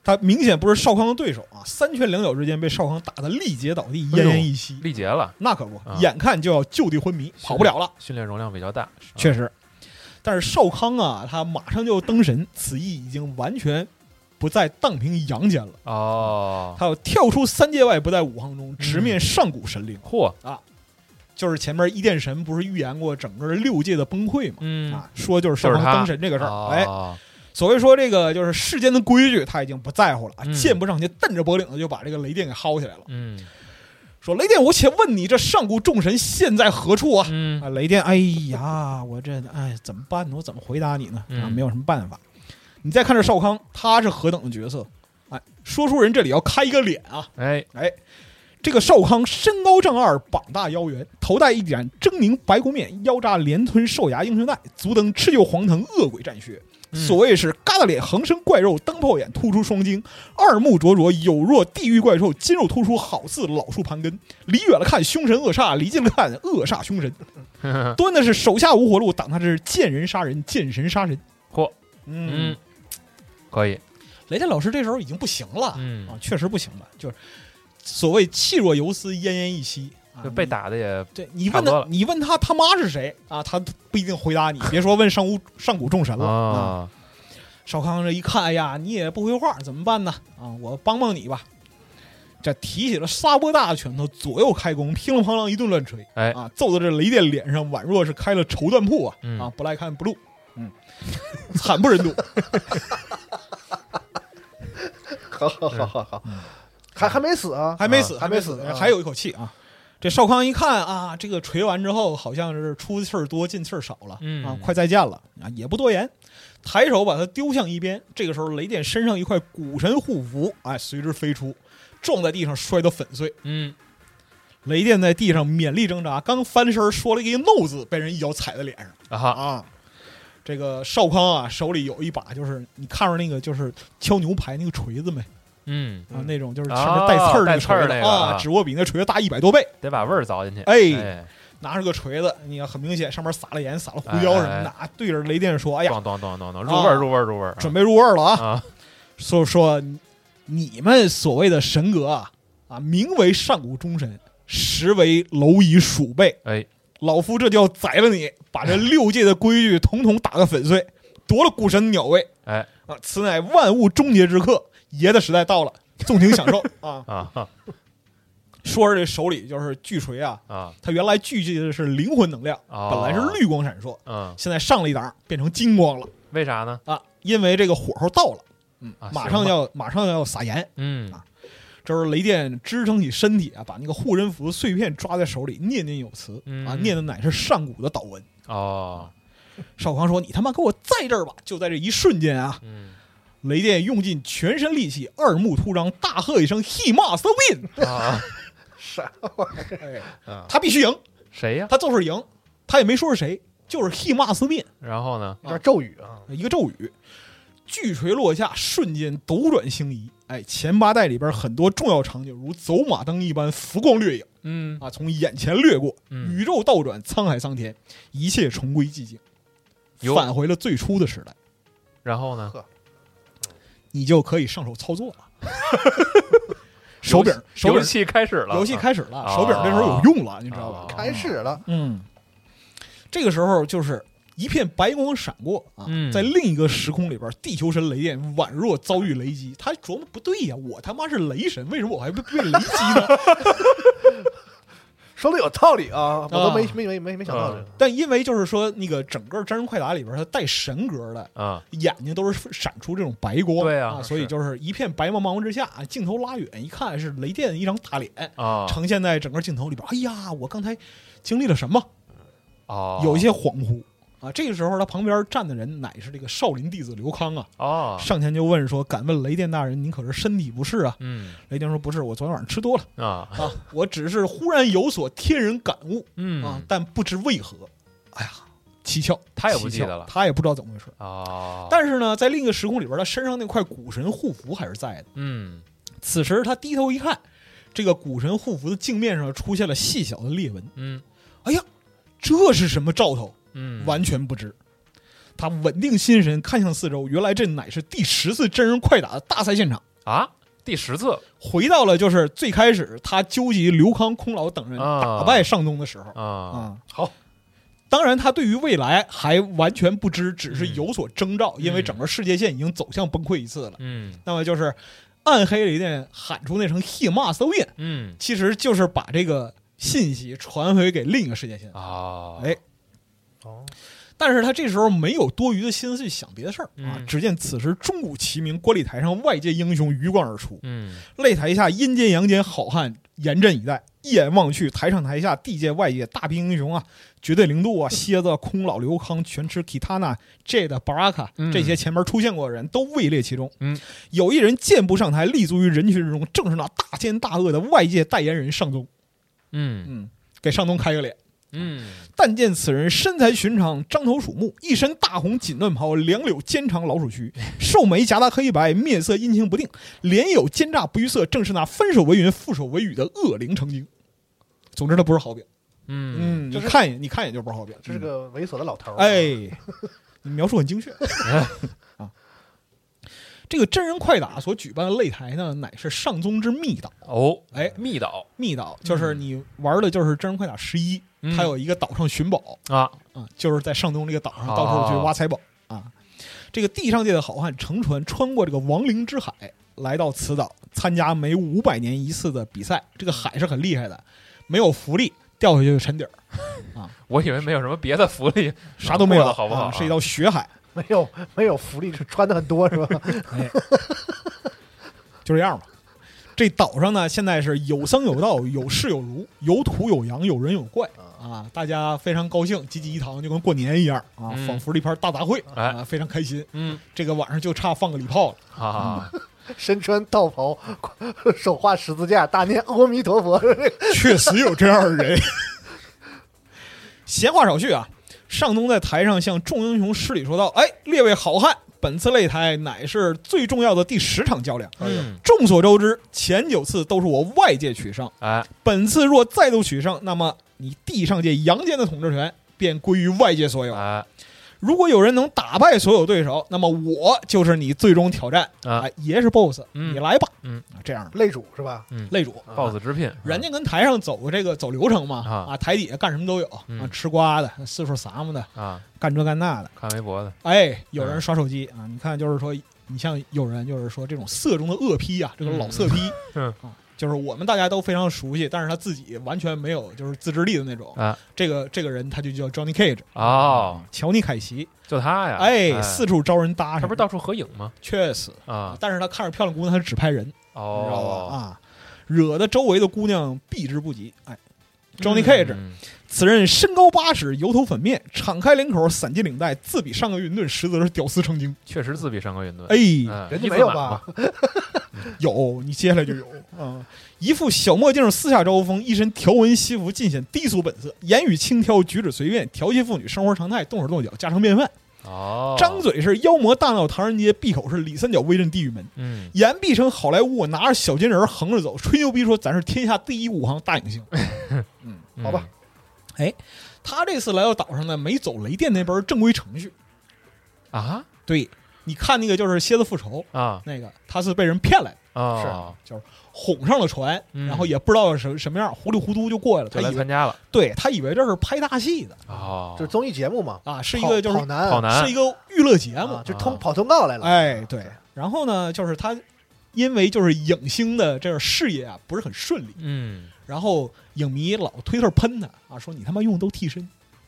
他明显不是少康的对手啊，三拳两脚之间被少康打得力竭倒地，
哎
奄
呦
奄一息。
力竭了，
那可不
啊，
眼看就要就地昏迷，跑不了了。
训练容量比较大，
确实，但是少康啊，他马上就登神，此役已经完全不在荡平阳间了，
哦，
他要跳出三界外，不在五行中，直面上古神灵。
嚯，
就是前面伊甸神不是预言过整个六界的崩溃嘛？
嗯，
啊，说就是少康登神这
这
个事儿，哎，
哎，
所谓说这个就是世间的规矩，他已经不在乎了，
嗯
剑不上前，蹬着脖领子就把这个雷电给薅起来了，
嗯
说：“雷电，我且问你，这上古众神现在何处啊？”
嗯
啊，雷电，哎呀，我这哎怎么办呢？我怎么回答你呢？啊，
嗯
没有什么办法。你再看这少康，他是何等的角色？哎，说书人这里要开一个脸啊！
哎，
这个少康身高丈二，膀大腰圆，头戴一顶狰狞白骨面，腰扎连吞兽牙英雄带，足蹬赤鹫黄藤恶鬼战靴。
嗯
所谓是疙瘩脸横生怪肉，灯泡眼突出双睛，二目灼灼，有若地狱怪兽，筋肉突出，好似老树盘根。离远了看凶神恶煞，离近了看恶煞凶神。端的是手下无活路，挡他这是见人杀人，见神杀神。
嚯，
嗯
嗯，，可以，
雷电老师这时候已经不行了、
嗯
啊，，确实不行了，就是所谓气若游丝，奄奄一息。啊
就被
你
打的也
对你
差
问
不多
他
了，
你问他他妈是谁啊？他不一定回答你。别说问上古上古众神了啊！
啊，
少康这一看，哎呀，你也不回话，怎么办呢？啊，我帮帮你吧。这提起了撒泼大的拳头，左右开弓，乒啷乓啷一顿乱捶，
哎
啊，揍到这雷电脸上，宛若是开了绸缎铺啊、
嗯
啊，不来看不录，嗯，惨不忍睹。
好好好好好，还还没死啊？
还没死，
啊
还
还
没
没死
哎
啊
还有一口气啊！这少康一看啊，这个锤完之后，好像是出气儿多，进气儿少了，
嗯
啊，快再见了啊，也不多言，抬手把他丢向一边。这个时候，雷电身上一块古神护符，哎，随之飞出，撞在地上摔得粉碎。
嗯，
雷电在地上勉力挣扎，刚翻身说了一个 “no” 字，被人一脚踩在脸上
啊哈，
啊！这个少康啊，手里有一把，就是你看着那个就是敲牛排那个锤子没？
嗯，
啊，
嗯
那种就是
啊
前面带刺儿那
带
个
刺儿
锤子
那个
啊
啊，
只握比那锤子大一百多倍。
得把味儿凿进去，
哎，
哎，
拿着个锤子，你看很明显上面撒了盐、撒了胡椒什么
哎哎
的
哎
啊，对着雷电说：“哎呀，啊
咚咚咚咚咚，入味儿入味儿入味儿，
准备入味儿了啊
啊！！”
说说你们所谓的神格啊啊，名为上古忠神，实为蝼蚁鼠辈。
哎，
老夫这就要宰了你，把这六界的规矩统统打个粉碎，夺了古神鸟位。
哎
啊，此乃万物终结之刻，爷的时代到了，纵情 享受啊！
啊哈
说着这手里就是巨锤啊，
啊，
它原来聚集的是灵魂能量，
哦
本来是绿光闪烁，
嗯，
现在上了一档变成金光了
为啥呢？
啊！因为这个火候到了，嗯
啊，
马上
行吧
要马上要撒盐。
嗯
啊这时候雷电支撑起身体啊，把那个护身符碎片抓在手里，念念有词
嗯
啊，念的乃是上古的祷文。
哦，
少康说：“你他妈给我在这儿吧！”就在这一瞬间啊，
嗯
雷电用尽全身力气，二目突张，大喝一声：“He must win！”
啊，
啥？
哎
啊
他必须赢，
谁呀？
他就是赢，他也没说是谁，就是 “He must win”。
然后呢？
有点咒语啊，
一个咒语，巨锤落下，瞬间斗转星移。哎，前八代里边很多重要场景如走马灯一般浮光掠影
嗯
啊，从眼前掠过，
嗯，
宇宙倒转，沧海桑田，一切重归寂静，
有
返回了最初的时代，
然后呢？
你就可以上手操 作了。手柄，手
游
柄，
戏开始了，
游戏开始了，
啊
手柄这时候有用了，你知道吧？
啊
开始了，
嗯，这个时候就是一片白光闪过啊，
嗯
在另一个时空里边，地球神雷电宛若遭遇雷击，他琢磨不对呀、我他妈是雷神，为什么我还被被雷击呢？
说的有道理啊，我都没
啊
没没没没想到这个。
但因为就是说，那个整个《真人快打》里边，它带神格的
啊，
眼睛都是闪出这种白光，
对啊
啊，所以
是
就是一片白茫茫之下，啊镜头拉远一看是雷电一张大脸
啊
呈现在整个镜头里边。哎呀，我刚才经历了什么？
哦，
有一些恍惚啊。这个时候，他旁边站的人乃是这个少林弟子刘康啊，
哦，
上前就问说：“敢问雷电大人，您可是身体不适啊
嗯？”
雷电说：“不是，我昨天晚上吃多了
啊
啊，我只是忽然有所天人感悟
嗯
啊，但不知为何，哎呀，蹊跷，
他也不
蹊
记
跷
得了
他也不知道怎么回事。”
哦，
但是呢，在另一个时空里边，他身上那块古神护符还是在的。
嗯
此时他低头一看，这个古神护符的镜面上出现了细小的裂纹，哎
嗯
这是什么兆头？
嗯，
完全不知。他稳定心神，看向四周，原来这乃是第十次真人快打的大赛现场。
啊，第十次
回到了就是最开始他纠集刘康、空老等人
啊
打败上东的时候
啊，
啊。
好，
当然，他对于未来还完全不知，只是
嗯
有所征兆，因为
嗯
整个世界线已经走向崩溃一次了。
嗯
那么就是暗黑雷电喊出那声 “he ma so in”，
嗯
其实就是把这个信息传回给另一个世界线。
啊，
哎
哦，
但是他这时候没有多余的心思去想别的事儿啊
嗯。
只见此时钟鼓齐鸣，观礼台上外界英雄鱼贯而出，
嗯
擂台下阴间阳间好汉严阵以待。一眼望去，台上台下地界外界大兵英雄啊，绝对零
嗯
度啊，蝎子、空老、刘康、全吃、Kitana、Jade、Baraka
嗯
这些前面出现过的人都位列其中。
嗯，
有一人健步上台，立足于人群之中，正是那大奸大恶的外界代言人上宗。
嗯
嗯，给上宗开个脸。
嗯
但见此人身材寻常，獐头鼠目，一身大红锦缎袍，两绺尖长老鼠须，
哎
兽眉夹杂黑白，面色阴晴不定，脸有奸诈不预色，正是那分手为云，覆手为雨的恶灵成精。总之，他不是好饼。
嗯
你
这是
看一眼，你看一眼就不是好饼。
这是个猥琐的老头儿。啊
哎，，你描述 很精确啊。这个真人快打所举办的擂台呢，乃是上宗之密岛。
哦，
哎，
密岛，
密岛就是
嗯
你玩的就是真人快打十一、
嗯
它有一个岛上寻宝，
啊，
啊，就是在上东这个岛上到处
哦
去挖财宝啊。这个地上界的好汉乘船穿过这个亡灵之海，来到此岛参加每五百年一次的比赛。这个海是很厉害的，没有浮力掉下去就沉底儿，
我以为没有什么别的福利，
啥都没有，
过得好不好
啊是一道血海，哎
没有没有福利，是穿的很多是吧？
就这样吧。这岛上呢，现在是有僧有道，有士有儒，有土有洋，有人有怪
嗯
啊！大家非常高兴，济济一堂，就跟过年一样啊，
嗯
仿佛是一盘大杂烩
哎
啊，非常开心。
嗯
这个晚上就差放个礼炮了。
啊，
嗯
身穿道袍， 手画十字架，大念阿弥陀佛。
确实有这样的人。 闲话少叙啊，上东在台上向众英雄施礼说道：“哎，列位好汉，本次擂台乃是最重要的第十场较量。
嗯
众所周知，前九次都是我外界取胜，
哎
本次若再度取胜，那么你地上界、阳间的统治权便归于外界所有。
哎
如果有人能打败所有对手，那么我就是你最终挑战。
啊
哎，爷是 BOSS，
嗯
你来吧。
嗯
啊，这样的
擂主是吧？啊
擂主
，BOSS 直聘，
嗯人家跟台上走这个走流程嘛，
啊
啊，台底下干什么都有啊
嗯，
吃瓜的、四处撒么的，
啊，
干这干那的。
看微博的，
哎，有
嗯
人刷手机啊，你看就是说，你像有人就是说这种色中的恶批啊，这个老色批，
嗯
啊，就是我们大家都非常熟悉，但是他自己完全没有就是自制力的那种。
啊
这个这个人他就叫 Johnny Cage，啊
哦，
乔尼凯奇，
就他呀，
嗯哎，四处招人搭
他
讪，
不是到处合影吗？
确实
啊，
但是他看着漂亮姑娘，他只拍人，嗯你知道吧？
哦，
啊，惹得周围的姑娘避之不及。哎，Johnny
嗯
Cage，此人身高八尺，油头粉面，敞开领口，散尽领带，自比上个云顿，实则是屌丝成精。
确实自比上个云顿，
哎，
嗯，
人家
伊斯
没有
曼
吧
嘛？
有你接下来就有啊！一副小墨镜，四下招风，一身条纹西服，尽显低俗本色，言语轻佻，举止随便，调戏妇女，生活常态，动手动脚，家常便饭。
哦，
张，嘴是妖魔大闹唐人街，闭口是李三角威震地狱门，
嗯，
言必称好莱坞，我拿着小金人儿横着走，吹牛逼说咱是天下第一武行大影星。
嗯
好吧，
他这次来到岛上呢，没走雷电那边正规程序，
啊
对，你看那个就是蝎子复仇
啊
那个，他是被人骗来的，
啊，
哄上了船，
嗯
然后也不知道什什么样，糊里糊涂就过来了。他
就来
以为嗯
参加了，
对他以为这是拍大戏的
哦，
就是综艺节目嘛，
啊，是一个就
跑
是
男，
跑男
是一个娱乐节目
啊，，就
啊
通跑通告来了。
哎对。然后呢，就是他因为就是影星的这个事业啊不是很顺利，
嗯
然后影迷老推特喷他啊，说你他妈用的都替身，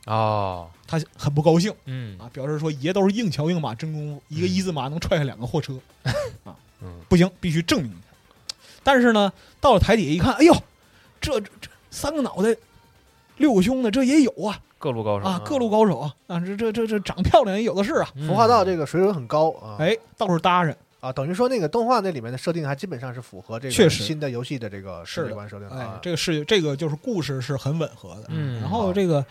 哦，
他很不高兴
嗯
啊，表示说爷都是硬桥硬马真功夫，一个一字马能踹下两个货车，
嗯
不行，必须证明一下。但是呢，到了台底下一看，哎呦，这这这三个脑袋，六个胸的这也有啊
各路高手
啊，各路高手啊啊，这这这这长漂亮也有的是啊，
服化道
个
这个水准很高啊，
哎，到处搭着，
啊，等于说那个动画那里面的设定还基本上是符合这
确
个
实
新的游戏的这个世
是
界
的
观设定的
哎
啊，。
这个是这个就是故事是很吻合的，
嗯
然后这个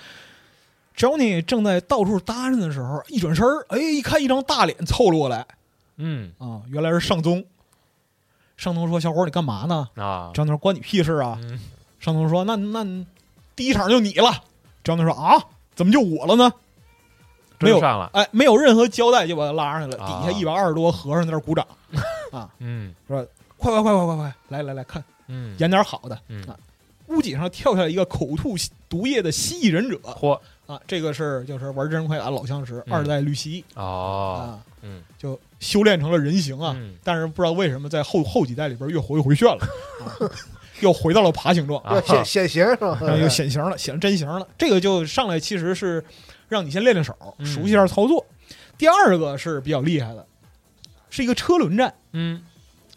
Johnny 正在到处搭讪的时候，一转身儿，哎，一看一张大脸凑了过来
嗯
啊，原来是上宗。上宗说：“小伙儿，你干嘛呢
啊？”
张东说：“关你屁事啊
嗯！”
上宗说：“那那第一场就你了。”张东说：“啊，怎么就我了呢？”没
追
有
上了，
哎，没有任何交代就把他拉上来了，
啊
底下一百二十多和尚在那儿鼓掌，
嗯
快快快快快快，来来来看，
嗯，
演点好的。啊
嗯
屋脊上跳下来一个口吐毒液的蜥蜴忍者
嚯
啊，这个是就是玩真人快打老相识
嗯
二代绿蜥蜴啊，
哦，嗯
就修炼成了人形啊，
嗯
但是不知道为什么在后后几代里边越活越回旋了，啊 又回到了爬行状，
要
啊
显显形是吧？
然后
哎
又呃显形了，显真形了。这个就上来其实是让你先练练手，
嗯
熟悉一下操作。第二个是比较厉害的，是一个车轮战。
嗯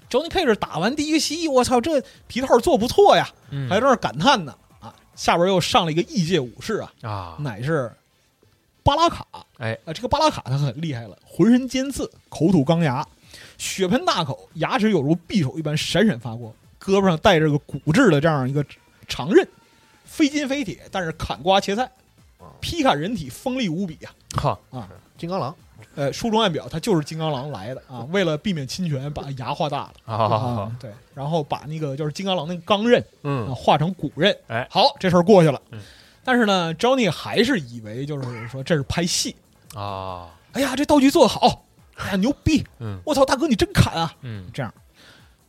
Johnny Cage 打完第一个蜥蜴，我操，这皮套做不错呀，
嗯
还在那儿感叹呢啊！下边又上了一个异界武士啊，
啊
乃是巴拉卡。
哎
啊，这个巴拉卡他很厉害了，浑身尖刺，口吐钢牙，血盆大口，牙齿有如匕首一般闪闪发光，胳膊上带着个骨质的这样一个长刃，非金非铁，但是砍瓜切菜
啊
哦，
劈砍人体锋利无比啊！
哈
金刚狼
呃，书中暗表他就是金刚狼来的啊，为了避免侵权，把牙画大了。
啊
啊，对，然后把那个就是金刚狼那个钢刃啊
嗯
化成骨刃，
哎
好，这事儿过去了。
嗯
但是呢，Johnny 还是以为就是说这是拍戏，
啊
哎呀，这道具做得好，哎呀牛逼，
嗯
我操，大哥你真砍啊！
嗯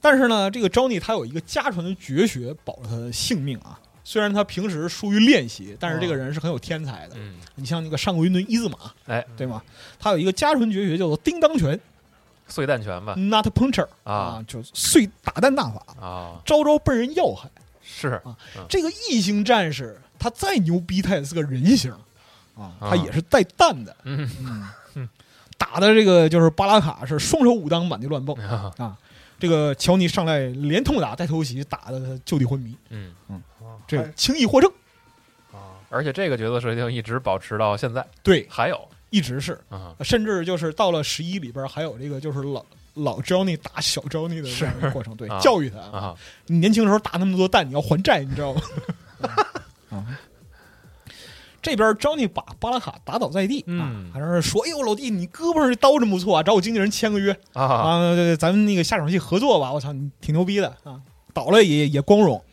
但是呢，这个 Johnny 他有一个家传的绝学保了他的性命啊。虽然他平时疏于练习，但是这个人是很有天才的。
嗯
你像那个上过云顿一字马，
哎
对吗？他有一个家传绝学叫做叮当拳
碎弹拳吧
（Nut Puncher）
啊，
就碎打蛋大法，
啊
招招奔人要害。
是
这个异形战士，他再牛逼，他也是个人形啊，
啊
他也是带蛋的。
嗯
嗯，打的这个就是巴拉卡是双手武当，满地乱蹦。
啊
这个乔尼上来连痛打带偷袭，打的他就地昏迷，
嗯，
这个轻易获胜。
啊，
而且这个角色设定一直保持到现在，
对，
还有
一直是，
啊
甚至就是到了十一里边，还有这个就是老。老 Johnny 打小 Johnny 的这样的过程，对
啊，
教育他，
啊
你年轻时候打那么多蛋，你要还债，你知 道吗？啊，这边 Johnny 把巴拉卡打倒在地，
嗯
啊，还是说：“哎呦，老弟，你胳膊上这刀真不错啊，找我经纪人签个约
啊
对对，对咱们那个下场戏合作吧。我操，你挺牛逼的啊！倒了也也光荣。”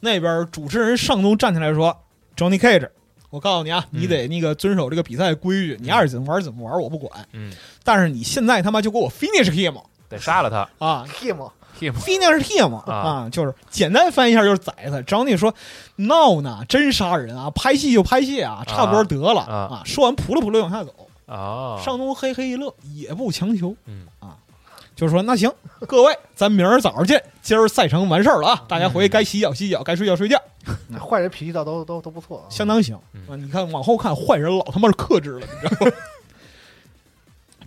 那边主持人上东站起来说：“Johnny Cage，我告诉你啊，
嗯
你得那个遵守这个比赛规矩，你爱怎么玩怎么玩，我不管。
嗯，
但是你现在他妈就给我 finish him
得杀了他
啊！
夜幕
him
finish him
啊
啊，就是简单翻一下就是宰他。Johnny 说闹呢，真杀人啊，拍戏就拍戏啊，差不多得了
啊
啊。说完扑了扑了往下走，
啊
上东嘿嘿一乐，也不强求，
嗯
啊，就说那行，各位，咱明儿早上见，今儿赛程完事儿了啊，大家
嗯
回去该洗脚洗脚，该睡觉睡觉，嗯
坏人脾气倒都都都不错啊，
相当行
嗯
啊。你看往后看，坏人老他妈是克制了，你知道 吗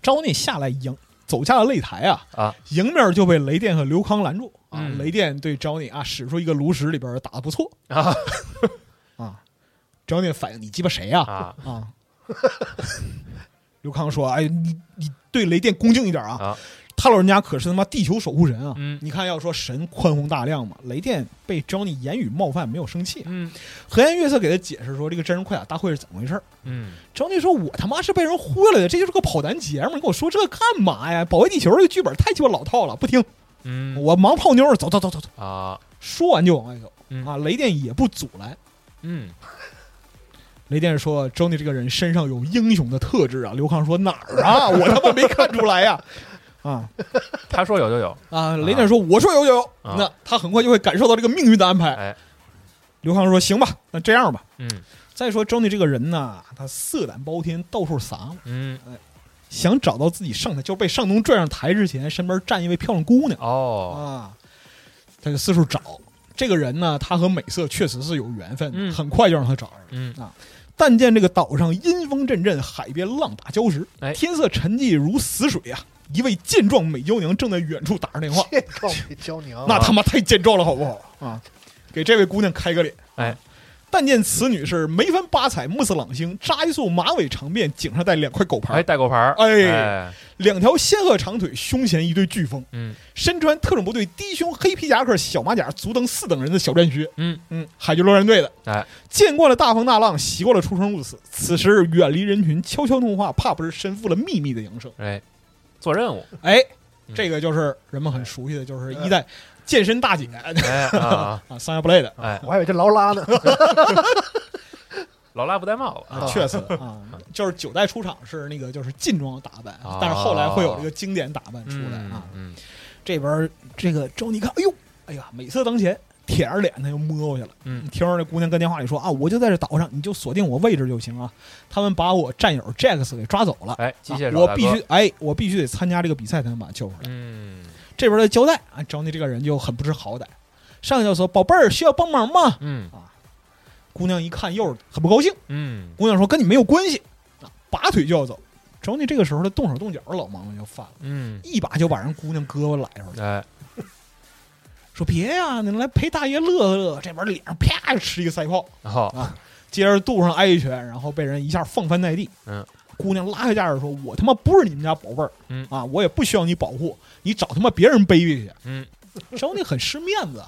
？Johnny 下来迎走下了擂台啊，
啊
迎面就被雷电和刘康拦住啊！
嗯
雷电对 Johnny 啊使出一个炉石里边打的不错
啊
啊，Johnny 反应你鸡巴谁呀啊
啊
刘康说：“哎，你你对雷电恭敬一点啊！
啊
他老人家可是他妈地球守护神啊！
嗯
你看，要说神宽宏大量嘛，雷电被 Johnny 言语冒犯没有生气啊、
嗯
和颜悦色给他解释说这个真人快打大会是怎么回事儿。
嗯
Johnny 说：“我他妈是被人忽悠来的，这就是个跑男节目，你跟我说这干嘛呀？保卫地球这个剧本太鸡巴老套了，不听，
嗯
我忙泡妞儿，走走走走走。”
啊
说完就往外走
嗯
啊！雷电也不阻拦。
嗯
雷电说：“周尼这个人身上有英雄的特质啊。”刘康说：“哪儿啊？我他妈没看出来呀、啊！”
他说有就有
啊雷电说：“我说有有有。
啊
那他很快就会感受到这个命运的安排。
哎
刘康说：“行吧，那这样吧。
嗯
再说周尼这个人呢，他色胆包天，到处撒网，
嗯
想找到自己上台，就是被上东拽上台之前，身边站一位漂亮姑娘
哦
啊啊，他就四处找。这个人呢，他和美瑟确实是有缘分，
嗯
很快就让他找着了。
嗯
但见这个岛上阴风阵阵，海边浪打礁石，
哎
天色沉寂如死水啊！一位健壮美娇娘正在远处打着电
哦
话，
这靠北娇娘，
那他妈太健壮了，好不好啊？给这位姑娘开个脸。
哎，
但见此女是眉翻八彩，目似朗星，扎一束马尾长辫，颈上戴两块狗牌儿，
哎，带狗牌儿，
哎
哎，
两条仙鹤长腿，胸前一对飓风，
嗯
身穿特种部队低胸黑皮夹克、小马甲、足蹬四等人的小战靴。
嗯，
嗯，海军陆战队的。
哎，
见惯了大风大浪，习惯了出生入死，此时远离人群，悄悄通话，怕不是身负了秘密的营生。
哎，做任 务，
哎，
嗯
这个就是人们很熟悉的，就是一代健身大 姐
哎啊，
啊，三 a play 的
哎，
我还以为这劳拉呢。
老拉不戴帽子
啊，
啊，
确实啊，就是九代出场是那个就是劲装打扮
哦，
但是后来会有这个经典打扮出来啊。
嗯，
这边儿这个周妮看，哎呦，哎呀，美色当前，舔着脸他就摸过去了。
嗯
听着那姑娘跟电话里说啊，我就在这岛上，你就锁定我位置就行啊。他们把我战友 Jax 给抓走了，
哎，机械
啊
手
我
大哥
必须，哎，我必须得参加这个比赛才能把他救出来。
嗯
这边的交代啊，周妮这个人就很不知好歹，上去就说宝贝儿需要帮忙吗？
嗯
姑娘一看又是很不高兴，
嗯
姑娘说跟你没有关系啊，拔腿就要走。周妮这个时候的动手动脚的老毛病就犯了，
嗯，
一把就把人姑娘胳膊揽上了。
哎，
说别呀、你来陪大爷乐呵乐呵。这边脸上啪就吃一个塞炮，
然后
接着肚上挨一拳，然后被人一下放翻在地。
嗯，
姑娘拉开架势说：“我他妈不是你们家宝贝儿，
嗯
啊，我也不需要你保护，你找他妈别人卑鄙
嗯
去。”张那很失面子，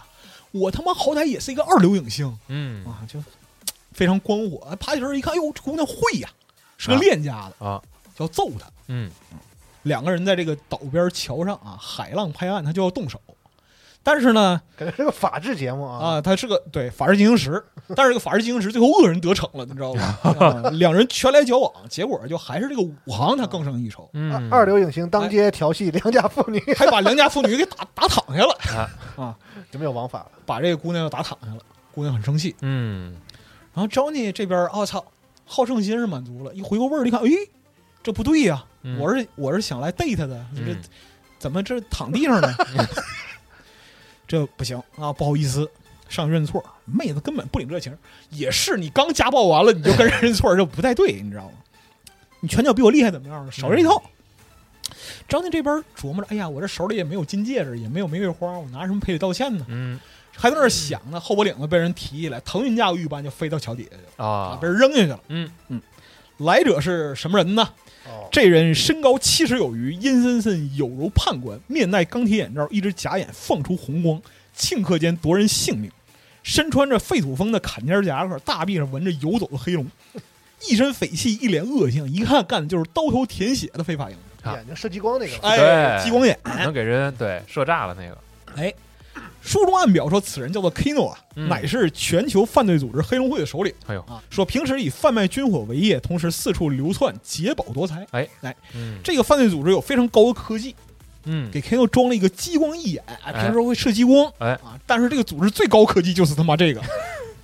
我他妈好歹也是一个二流影星
嗯
啊，就非常光火。爬起身一看，哟，这姑娘会呀、是个
啊
练家子
啊，
就要揍她。
嗯
两个人在这个岛边桥上啊，海浪拍岸，他就要动手。但是呢，
感觉是个法制节目啊！
啊，他是个对法制进行时，但是这个法制进行时最后恶人得逞了，你知道吗？啊两人拳来交往，结果就还是这个武行他更胜一 筹，
嗯，
二二流影星当街调戏良家妇女，
还把良家妇女给打打躺下了，
有没有王法了？
把这个姑娘又打躺下了。姑娘很生气，
嗯
然后 Johnny 这边，我、操，好胜心是满足了，一回过味儿一看，哎，这不对呀、
嗯
我是我是想来 date 的，这
嗯
怎么这躺地上呢？ 这不行啊，不好意思，上去认错。妹子根本不领这情，也是你刚家暴完了，你就跟人认错，这不太对，你知道吗？你拳脚比我厉害怎么
嗯
样？少这一套。张晋这边琢磨着，哎呀，我这手里也没有金戒指，也没有玫瑰花，我拿什么赔礼道歉呢？
嗯
还在那儿想呢，后脖领子被人提起来，腾云驾雾般就飞到桥底下去了，啊
啊
被，人扔下去了。
嗯
来者是什么人呢？
哦，
这人身高七尺有余，阴森森，有如判官，面戴钢铁眼罩，一只假眼放出红光，顷刻间夺人性命。身穿着废土风的坎肩夹克，大臂上纹着游走的黑龙，一身匪气，一脸恶性，一看干的就是刀头舔血的非法营。
啊
眼睛射激光那个，
哎，
对
激光眼。
能给人对射炸了那个，
哎，书中暗表说此人叫做 Kino 啊，
嗯
乃是全球犯罪组织黑龙会的首领。
哎呦
啊，说平时以贩卖军火为业，同时四处流窜，劫宝夺财。
嗯
这个犯罪组织有非常高的科技，
嗯
给 Kano 装了一个激光义眼，啊
哎
平时会射激光，
哎
啊，但是这个组织最高科技就是他妈这个，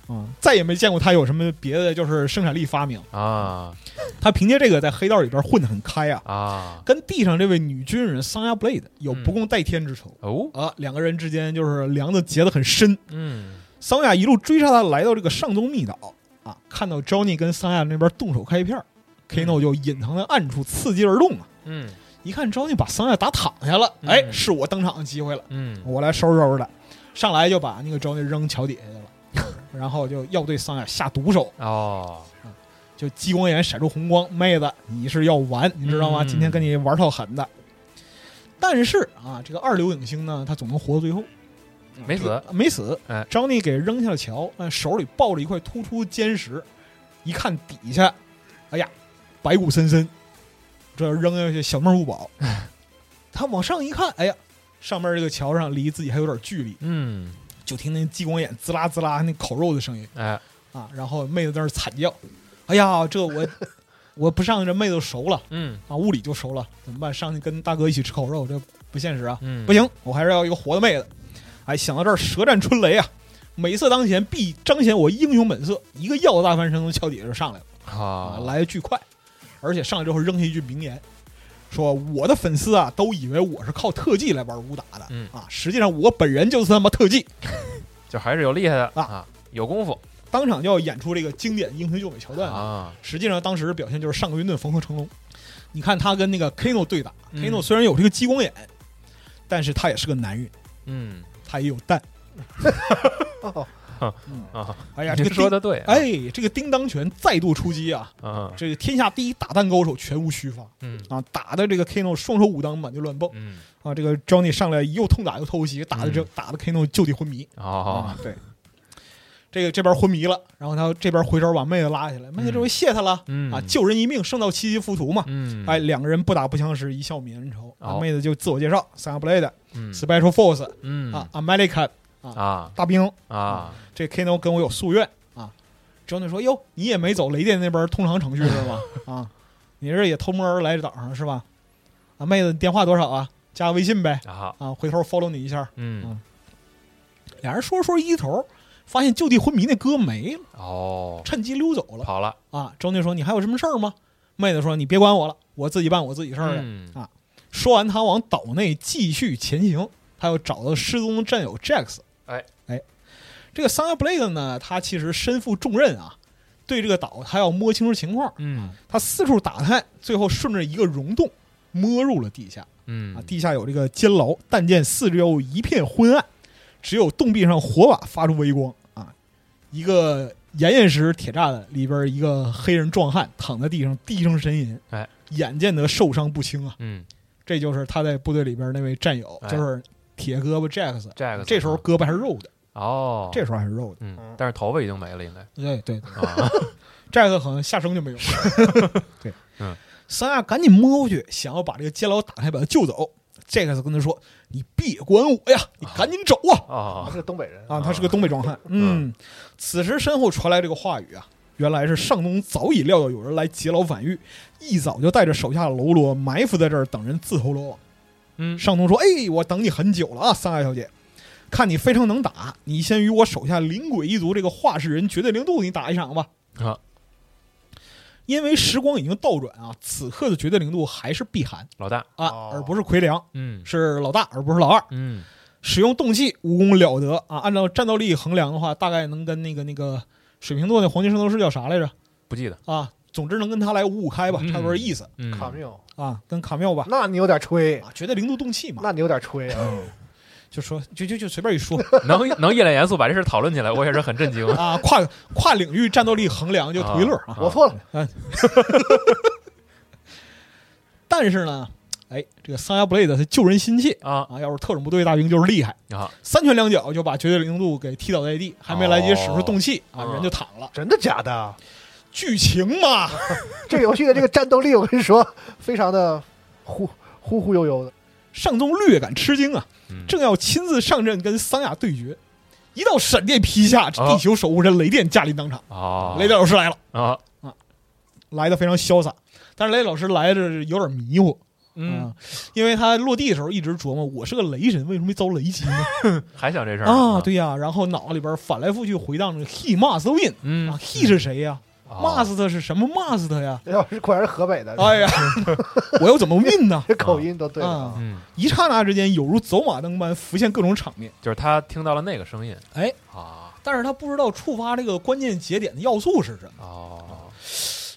啊，再也没见过他有什么别的，就是生产力发明。
啊
他凭借这个在黑道里边混得很开啊，
啊
跟地上这位女军人桑亚布雷德有不
嗯
共戴天之仇、
哦
啊，两个人之间就是梁子结得很深。
嗯
桑亚一路追杀他，来到这个上东密岛啊，看到 Johnny 跟桑亚那边动手开片儿，Kano 就隐藏在暗处伺机而动啊，
嗯
一看 Johnny 把桑亚打躺下了，
嗯
哎，是我登场的机会了。
嗯
我来收拾收拾他。上来就把那个 Johnny 扔桥底下去了， 然后就要对桑雅下毒手，
哦
就激光眼闪出红光，妹子你是要完，你知道吗？
嗯
今天跟你玩套狠的。但是啊，这个二流影星呢，他总能活到最后，
没死
嗯这个没死。
哎
Johnny 给扔下了桥，但手里抱着一块突出坚石，一看底下，哎呀，白骨森森，这扔下去小命不保。
哎
他往上一看，哎呀，上面这个桥上离自己还有点距离，
嗯
就听那激光眼滋啦滋啦那烤肉的声音
哎
啊，然后妹子在那儿惨叫，哎呀，这我我不上去，这妹子熟了
嗯
啊，物理就熟了，怎么办？上去跟大哥一起吃烤肉，这不现实啊，
嗯
不行，我还是要一个活的妹子。哎，想到这儿，舌战春雷啊，美色当前，必彰显我英雄本色，一个药大翻身从桥底下就上来了啊
啊，
来的巨快，而且上来之后扔下一句名言。说我的粉丝啊，都以为我是靠特技来玩武打的，
嗯
啊，实际上我本人就是他妈特技，
就还是有厉害的
啊
啊，有功夫
当场就要演出这个经典英雄救美桥段。
啊，
实际上当时表现就是上个月盾缝合成龙。你看他跟那个 Kano 对打、
嗯
k a n o 虽然有这个激光眼，但是他也是个男人，
嗯
他也有 蛋。
哦
啊，
哎呀，这
您
个
说
的，
的对，，
哎，这个叮当拳再度出击啊！
嗯
这个天下第一打蛋高手全无虚发
嗯
啊！打的这个 Kano 双手武当满地乱蹦
嗯，
啊！这个 Johnny 上来又痛打又偷袭，打的这、
嗯
打的 Kano 就地昏迷。
哦
啊，对，这个这边昏迷了，然后他这边回手把妹子拉起来，妹子这回谢他了、
嗯
啊，救人一命胜造七级浮屠嘛。
嗯
哎，两个人不打不相识，一笑泯恩仇。啊，
哦
妹子就自我介绍，Sam Blade、
嗯
Special Force
嗯
啊，American 嗯
啊
大兵。
啊
这 Kano 跟我有夙愿啊。Johnny 说：“哟，你也没走雷电那边通常程序是吧？ 啊，你这也偷摸儿来这岛上是吧？啊，妹子电话多少啊？加微信呗。
啊
啊，回头 follow 你一下。
嗯
俩人说着说着一头，发现就地昏迷那哥没了，
哦
趁机溜走了。
跑了，
啊，Johnny 说：你还有什么事儿吗？妹子说：你别管我了，我自己办我自己事儿去。
嗯
说完，他往岛内继续前行，他又找到失踪的战友 Jax。
哎
哎，这个 Sonya Blade 呢，他其实身负重任啊，对这个岛他要摸清楚情况，
嗯
他四处打探，最后顺着一个溶洞摸入了地下
嗯
啊，地下有这个监牢，但见四周一片昏暗，只有洞壁上火瓦发出微光啊，一个严严实实铁栅栏里边一个黑人壮汉躺在地上低声呻吟，
哎，
眼见得受伤不轻啊。
嗯
这就是他在部队里边那位战友，
哎
就是铁胳膊 Jax。
这个
这时候胳膊还是肉的，
哦
这时候还是肉的。
嗯，但是头发已经没了，应该
对对对
啊
，Jax 好像下生就没有。对，
嗯，
三亚赶紧摸过去，想要把这个监牢打开，把他救走。Jax 跟他说：“你别管我呀，你赶紧走啊
他
啊
是个东北人！”，
啊，他是个东北壮汉。嗯，此时身后传来这个话语啊，原来是上东早已料到有人来劫牢反狱，一早就带着手下喽啰埋伏在这儿等人自投罗网。
嗯
上东说：“哎，我等你很久了啊，三爱小姐，看你非常能打，你先与我手下灵鬼一族这个化石人绝对零度你打一场吧。”
啊，
因为时光已经倒转啊，此刻的绝对零度还是碧寒
老大
啊，
哦
而不是奎良，
嗯
是老大而不是老二。
嗯
使用动气，武功了得啊！按照战斗力衡量的话，大概能跟那个那个水瓶座的黄金圣斗士叫啥来着
不记得
啊？总之能跟他来五五开吧，
嗯
差不多意思
嗯
卡缪，
啊，跟卡妙吧
那你有点吹，
啊，绝对零度动气嘛，
那你有点吹啊！
就说就就就随便一说，
能能一脸严肃把这事讨论起来，我也是很 震惊
啊，跨跨领域战斗力衡量就图一乐啊。
我错了，
但是呢，哎，这个桑亚布雷德他救人心切
啊
啊，要是特种部队大兵就是厉害，
啊
三拳两脚就把绝对零度给踢倒在地，还没来及使出动气、
哦
啊，人就躺了。
真的啊假的？
剧情嘛，
这个游戏的这个战斗力，我跟你说，非常的忽忽忽悠悠的。
上宗略感吃惊啊，
嗯
正要亲自上阵跟桑亚对决，一道闪电劈下，这
啊
地球守护神雷电驾临当场，
哦
雷电老师来了，
啊
来的非常潇洒。但是雷老师来的有点迷糊，
嗯
啊，因为他落地的时候一直琢磨，我是个雷神，为什么没遭雷击呢？
还想这事儿
啊，，对呀、然后脑子里边反来覆去回荡着 he must win
嗯
啊，he 是谁呀、
哦
must 是什么 must 呀？
这老师果然是河北的，
哎呀， 我又怎么 win 呢？
这口音都对
啊
了。
嗯，
一刹那之间，有如走马灯般浮现各种场面，
就是他听到了那个声音
哎，
啊
但是他不知道触发这个关键节点的要素是什么。
哦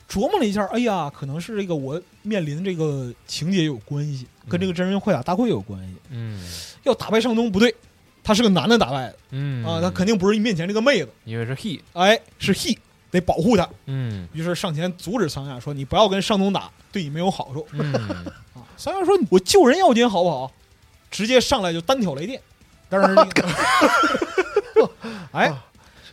琢磨了一下，哎呀，可能是这个我面临这个情节有关系，跟这个
嗯
真人快打大会有关系。
嗯
要打败上东不对，他是个男的打败的
嗯
啊，他肯定不是面前这个妹子，
因为是 he
哎，是 he 得保护他。
嗯
于是上前阻止桑亚说：“你不要跟上东打，对你没有好处
嗯
啊。”桑亚说：“我救人要紧，好不好？”直接上来就单挑雷电，但是那个，哎，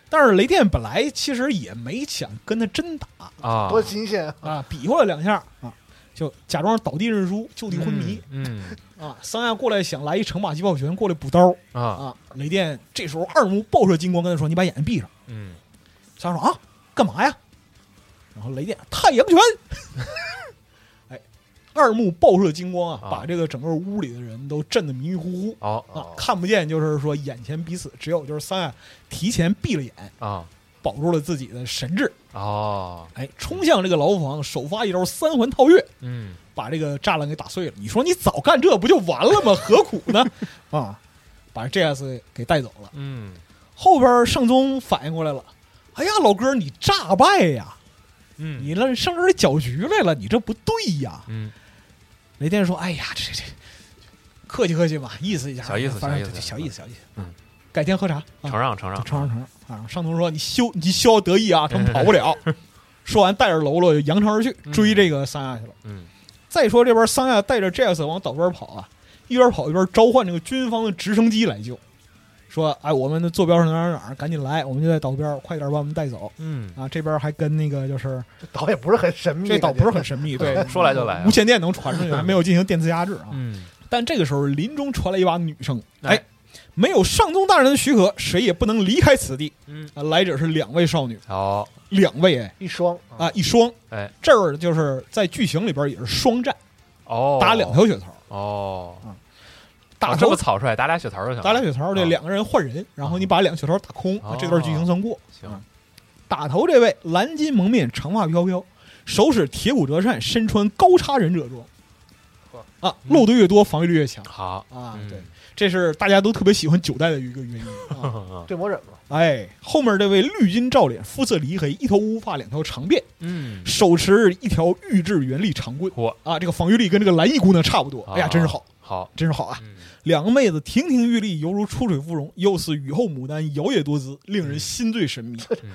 但是雷电本来其实也没想跟他真打
啊
多新鲜啊！
啊，比划了两下啊，就假装倒地认输，就地昏迷、
嗯
啊。桑亚过来想来一乘马击炮拳过来补刀
嗯啊
啊，雷电这时候二目爆射金光，跟他说：“你把眼睛闭上。”
嗯
他说啊，干嘛呀？然后雷电太阳拳， 哎，二目爆射金光啊，
啊
把这个整个屋里的人都震得迷迷糊
哦
糊啊，看不见，就是说眼前彼此，只有就是三爱提前闭了眼，
啊
保住了自己的神智，
哦
哎，冲向这个牢房，首发一招三环套跃，
嗯
把这个栅栏给打碎了。你说你早干 这不就完了吗？何苦呢？啊，把 J S 给带走了。
嗯
后边圣宗反应过来了，哎呀，老哥你诈败呀，
嗯
你那上这儿搅局来了，你这不对呀。
嗯，
雷电说，哎呀，这这这，客气客气嘛，意思一下，啊
小意思
反正
小意思
小意思，小意思。
嗯，
改天喝茶。啊
承让承让，
承让承让啊！上头说你休你休要得意啊，他们跑不了。说完带着喽啰就扬长而去，
嗯
追这个桑亚去了。
嗯
再说这边桑亚带着 Jax 往岛边跑啊，一边跑一边召唤这个军方的直升机来救，说：“哎，我们的坐标是哪儿哪儿哪儿，赶紧来，我们就在岛边，快点把我们带走。”
嗯，
啊，这边还跟那个就是
这岛也不是很神秘，
这岛
感觉
不是很神秘，对，
说来就来啊
无线电能传出去，还没有进行电磁压制啊。
嗯，
但这个时候林中传来一把女声，
哎
哎，没有上宗大人的许可，谁也不能离开此地。
嗯，
啊，来者是两位少女，
好，
两位哎
一双
啊，一双
哎，
这儿就是在剧情里边也是双战，
哦，
打两条血槽，
哦，
打
哦这
头
么草率，打俩血槽就行了，
打俩血槽，这
啊
两个人换人，然后你把两个血槽打空，啊
哦
这段剧情算过。
行，
打头这位蓝金蒙面，长发飘飘，手使铁骨折扇，身穿高叉忍者装，啊，
嗯
露的越多，防御力越强
好，
啊
嗯。
对，这是大家都特别喜欢九代的一个原因。啊
对魔忍嘛，
哎，后面这位绿金照脸，肤色黧黑，一头乌发，两条长辫，
嗯，
手持一条玉制原力长棍
嚯，
啊，这个防御力跟这个蓝衣姑娘差不多。
啊
哎呀，真是好，
好，
真是好啊！
嗯
两个妹子亭亭玉立，犹如出水芙蓉，又似雨后牡丹，摇曳多姿，令人心醉神迷。
嗯